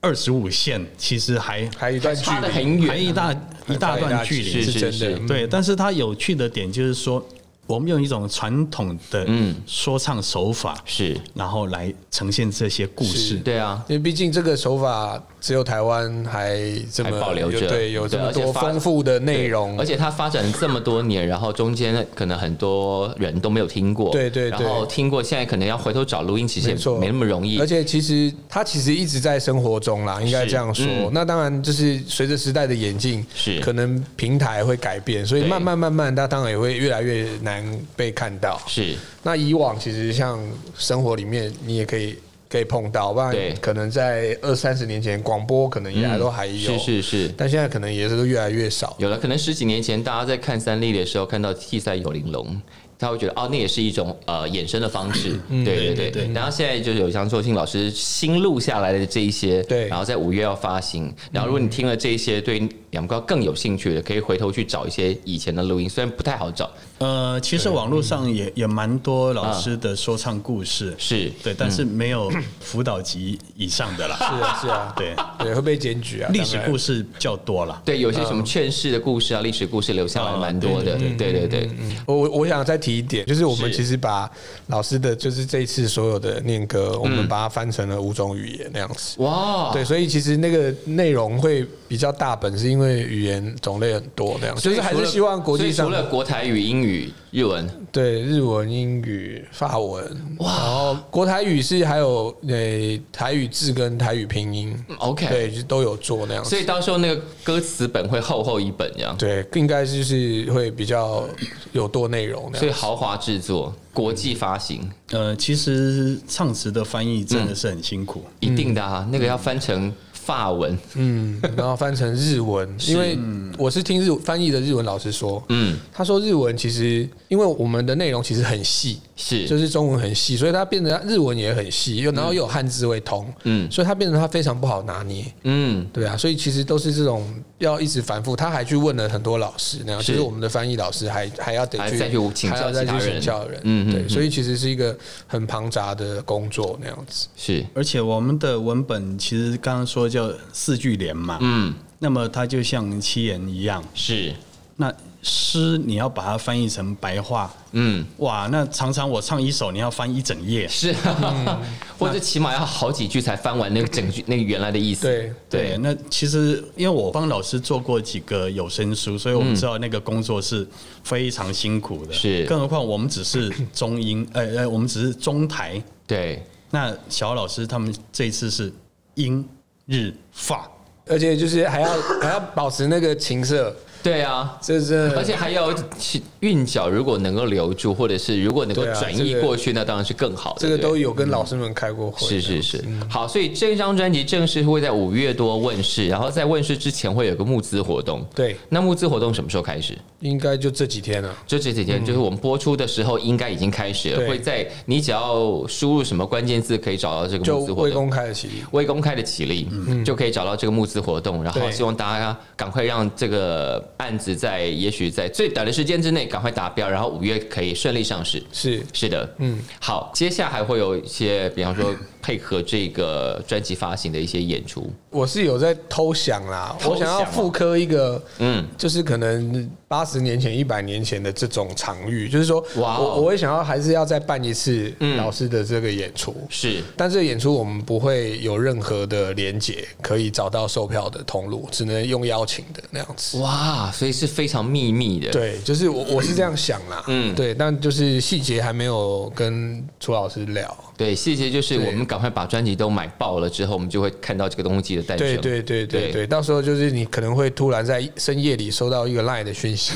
Speaker 4: 二十五线其实还
Speaker 2: 还有一段距
Speaker 3: 差得
Speaker 2: 离，
Speaker 3: 很
Speaker 4: 还
Speaker 3: 远，
Speaker 4: 一大一大段距
Speaker 3: 是
Speaker 4: 离。
Speaker 2: 是真
Speaker 3: 是
Speaker 2: 的，嗯
Speaker 4: 对，但是它有趣的点就是说，我们用一种传统的
Speaker 3: 嗯
Speaker 4: 说唱手法，
Speaker 3: 是，
Speaker 4: 然后来呈现这些故事。
Speaker 3: 对啊，
Speaker 2: 因为毕竟这个手法只有台湾还这么
Speaker 3: 还保留着
Speaker 2: 有对，有这么
Speaker 3: 对而且
Speaker 2: 多
Speaker 3: 发
Speaker 2: 丰富的内
Speaker 3: 对
Speaker 2: 容
Speaker 3: 而，且它发展了这么多年，然后中间可能很多人都没有听过，
Speaker 2: 对对对
Speaker 3: 然后听过，现在可能要回头找录音，其实也
Speaker 2: 没错
Speaker 3: 没那么容易
Speaker 2: 而。且其实他其实一直在生活中啦，应该这样说。
Speaker 3: 嗯
Speaker 2: 那当然就是随着时代的演进，
Speaker 3: 是
Speaker 2: 可能平台会改变，所以
Speaker 3: 对
Speaker 2: 慢慢慢慢，它当然也会越来越难被看到。
Speaker 3: 是
Speaker 2: 那以往其实像生活里面，你也可以可以碰到，不然
Speaker 3: 对嗯
Speaker 2: 可能在二三十年前，广播可能也还都还有，
Speaker 3: 是是是，
Speaker 2: 但现在 可能也是越来越少。
Speaker 3: 有了。可能十几年前大家在看三立的时候，看到 T 赛有玲珑，他会觉得哦，那也是一种呃衍生的方式，
Speaker 2: 嗯
Speaker 3: 对对
Speaker 4: 对
Speaker 3: 对
Speaker 4: 对。
Speaker 3: 然后现在就是有杨作兴老师新录下来的这一些，
Speaker 2: 对
Speaker 3: 然后在五月要发行。然后如果你听了这一些对杨高更有兴趣的，可以回头去找一些以前的录音，虽然不太好找，
Speaker 4: 呃，其实网络上也也蛮多老师的说唱故事，
Speaker 3: 是嗯
Speaker 4: 对，但是没有辅导级以上的 啦，
Speaker 2: 是啊是啊，
Speaker 4: 对，
Speaker 2: 对会被检举啊，
Speaker 4: 历史故
Speaker 2: 事
Speaker 4: 事较多啦。
Speaker 3: 对有些什
Speaker 2: 嗯
Speaker 3: 么劝世的故事啊、历史故事留下来蛮多的，
Speaker 4: 啊
Speaker 3: 对对对对。
Speaker 2: 我我我想再提一点，就是我们
Speaker 4: 是
Speaker 2: 其实把老师的就是这一次所有的念歌，我们把它翻成了五种语言那样子。
Speaker 3: 嗯哇，
Speaker 2: 对，所以其实那个内容会比较大本，是因为语言种类很多，这样就是还
Speaker 3: 所以除
Speaker 2: 是
Speaker 3: 了
Speaker 2: 希望国际上
Speaker 3: 所以除了国台语、英语、日文，
Speaker 2: 对日文、英语、法文，然后国台语是还有呃台语字跟台语拼音
Speaker 3: 嗯，OK
Speaker 2: 对，就都有做那样子。
Speaker 3: 所以到时候那个歌词本会厚厚一本这样，
Speaker 2: 对，应该就是会比较有多内容那
Speaker 3: 所以
Speaker 2: 样。
Speaker 3: 豪华制作、国际发行，
Speaker 4: 呃，其实唱词的翻译真的是很辛苦，
Speaker 3: 一定的啊，那个要翻成法文，
Speaker 2: 嗯，然后翻成日文，因为我是听日翻译的日文老师说，
Speaker 3: 嗯，
Speaker 2: 他说日文其实因为我们的内容其实很细，
Speaker 3: 是，
Speaker 2: 就是中文很细，所以它变得日文也很细，又然后又有汉字会通，
Speaker 3: 嗯
Speaker 2: 所以它变得它非常不好拿捏。
Speaker 3: 嗯，
Speaker 2: 对啊，所以其实都是这种要一直反复。他还去问了很多老师，那样
Speaker 3: 是
Speaker 2: 就是我们的翻译老师还还要得
Speaker 3: 还
Speaker 2: 去
Speaker 3: 再去请教
Speaker 2: 还要再
Speaker 3: 其他
Speaker 2: 去
Speaker 3: 人
Speaker 2: 请教人。
Speaker 3: 嗯嗯
Speaker 2: 对，
Speaker 3: 嗯
Speaker 2: 所以其实是一个很庞杂的工作那样子。
Speaker 3: 是，
Speaker 4: 而且我们的文本其实刚刚说叫四句联嘛，
Speaker 3: 嗯，
Speaker 4: 那么它就像七言一样，
Speaker 3: 是，
Speaker 4: 那诗你要把它翻译成白话，
Speaker 3: 嗯，
Speaker 4: 哇，那常常我唱一首，你要翻一整页，
Speaker 3: 是，
Speaker 2: 嗯
Speaker 3: 啊 或者起码要好几句才翻完那个整句那个原来的意思，
Speaker 2: 对
Speaker 4: 对，
Speaker 3: 对，
Speaker 4: 那其实因为我帮老师做过几个有声书，所以我们知道那个工作是非常辛苦的。
Speaker 3: 是
Speaker 4: 更何况我们只是中英，呃呃，我们只是中台。
Speaker 3: 对，
Speaker 4: 那小老师他们这一次是英日法，
Speaker 2: 而且就是还要 还要保持那个情色，
Speaker 3: 对啊。
Speaker 2: 这是
Speaker 3: 而且还有其韵脚，如果能够留住，或者是如果能够
Speaker 2: 对啊
Speaker 3: 转
Speaker 2: 这
Speaker 3: 移
Speaker 2: 个
Speaker 3: 过去，那当然是更好的。
Speaker 2: 这个
Speaker 3: 对
Speaker 2: 都有跟老师们开过会。
Speaker 3: 是是是，好，所以这张专辑正式会在五月多问世，然后在问世之前会有个募资活动。
Speaker 2: 对，
Speaker 3: 那募资活动什么时候开始？
Speaker 2: 应该就这几天了。
Speaker 3: 就这几天，就是我们播出的时候应该已经开始了，
Speaker 2: 嗯对
Speaker 3: 会在你只要输入什么关键字可以找到这个
Speaker 2: 就
Speaker 3: 募资活
Speaker 2: 未
Speaker 3: 动。
Speaker 2: 公开的起立，
Speaker 3: 未公开的起立，就可以找到这个募资活动，然后
Speaker 2: 对
Speaker 3: 希望大家赶快让这个案子在也许在最短的时间之内赶快达标，然后五月可以顺利上市。
Speaker 2: 是
Speaker 3: 是的，嗯，好，接下来还会有一些，比方说配合这个专辑发行的一些演出，
Speaker 2: 我是有在偷想啦，
Speaker 3: 偷
Speaker 2: 我想要
Speaker 3: 想啊
Speaker 2: 复刻一个，
Speaker 3: 嗯
Speaker 2: 嗯，就是可能八十年前、一百年前的这种场域，就是说，哇，嗯
Speaker 3: 哇哦
Speaker 2: 我我会想要还是要再办一次老师的这个演出，
Speaker 3: 是
Speaker 2: 但这个演出我们不会有任何的连接，可以找到售票的通路，只能用邀请的那样子。
Speaker 3: 哇，所以是非常秘密的，
Speaker 2: 对，就是我我是这样想啦，嗯，对，但就是细节还没有跟楚老师聊，
Speaker 3: 对，细节就是
Speaker 2: 对
Speaker 3: 我们赶快把专辑都买爆了之后，我们就会看到这个东西的诞生，
Speaker 2: 对对对
Speaker 3: 对
Speaker 2: 对对，到时候就是你可能会突然在深夜里收到一个 LINE 的讯息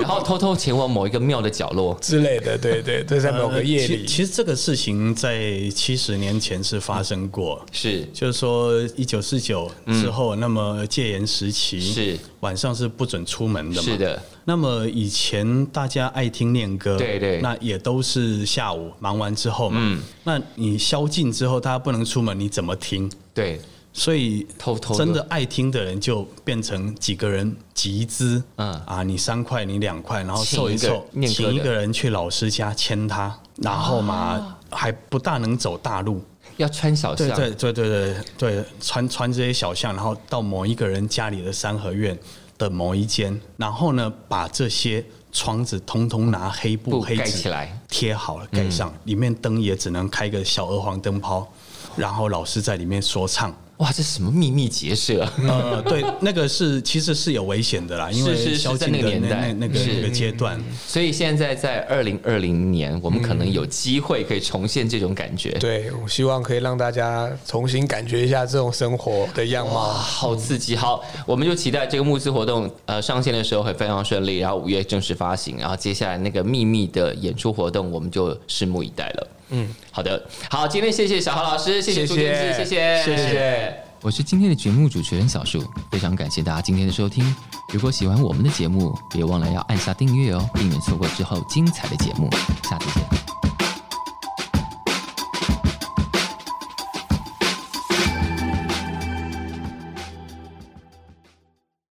Speaker 3: 然后偷偷前往某一个庙的角落，
Speaker 2: 之类的，对对，这在某个夜
Speaker 4: 呃其
Speaker 2: 里，
Speaker 4: 其实这个事情在七十年前是发生过。
Speaker 3: 是
Speaker 4: 就是说，一九四九之后，那么戒严时期
Speaker 3: 嗯是
Speaker 4: 晚上是不准出门的嘛？
Speaker 3: 是的，
Speaker 4: 那么以前大家爱听恋歌，
Speaker 3: 对对嗯
Speaker 4: 那也都是下午忙完之后嘛。那你宵禁之后，大家不能出门，你怎么听？
Speaker 3: 对，
Speaker 4: 所以
Speaker 3: 偷偷
Speaker 4: 真的爱听的人就变成几个人集资，
Speaker 3: 嗯
Speaker 4: 嗯啊，你三块，你两块，然后
Speaker 3: 请
Speaker 4: 凑
Speaker 3: 一
Speaker 4: 一
Speaker 3: 个
Speaker 4: 凑，
Speaker 3: 念歌的
Speaker 4: 请一个人去老师家签他，然后嘛、
Speaker 3: 啊
Speaker 4: 还不大能走大路，
Speaker 3: 要穿小
Speaker 4: 对
Speaker 3: 巷，
Speaker 4: 对对对对对，穿穿这些小巷，然后到某一个人家里的三合院的某一间，然后呢，把这些窗子通通拿黑布
Speaker 3: 布
Speaker 4: 黑
Speaker 3: 盖
Speaker 4: 纸
Speaker 3: 起来嗯
Speaker 4: 贴好了，盖上，里面灯也只能开个小鹅黄灯泡，然后老师在里面说 唱。
Speaker 3: 哇，这什么秘密结社？
Speaker 4: 呃，对，那个是其实是有危险的啦，因
Speaker 3: 是是
Speaker 4: 为
Speaker 3: 是
Speaker 4: 宵
Speaker 3: 在
Speaker 4: 禁
Speaker 3: 那个
Speaker 4: 的
Speaker 3: 年代
Speaker 4: 那那个
Speaker 3: 是
Speaker 4: 那个阶段，
Speaker 3: 所以现在在二零二零年，我们可能有机会可以重现这种感觉，
Speaker 2: 对，我希望可以让大家重新感觉一下这种生活的样
Speaker 3: 哇，
Speaker 2: 貌。
Speaker 3: 好刺激！好，我们就期待这个募资活动呃上线的时候会非常顺利，然后五月正式发行，然后接下来那个秘密的演出活动，我们就拭目以待了。嗯，好的，好，今天谢谢小豪老师，谢
Speaker 2: 谢
Speaker 3: 谢朱天
Speaker 2: 谢
Speaker 3: 志，谢谢，
Speaker 2: 谢谢。
Speaker 3: 我是今天的节目主持人小树，非常感谢大家今天的收听。如果喜欢我们的节目，别忘了要按下订阅哦，避免错过之后精彩的节目。下次见。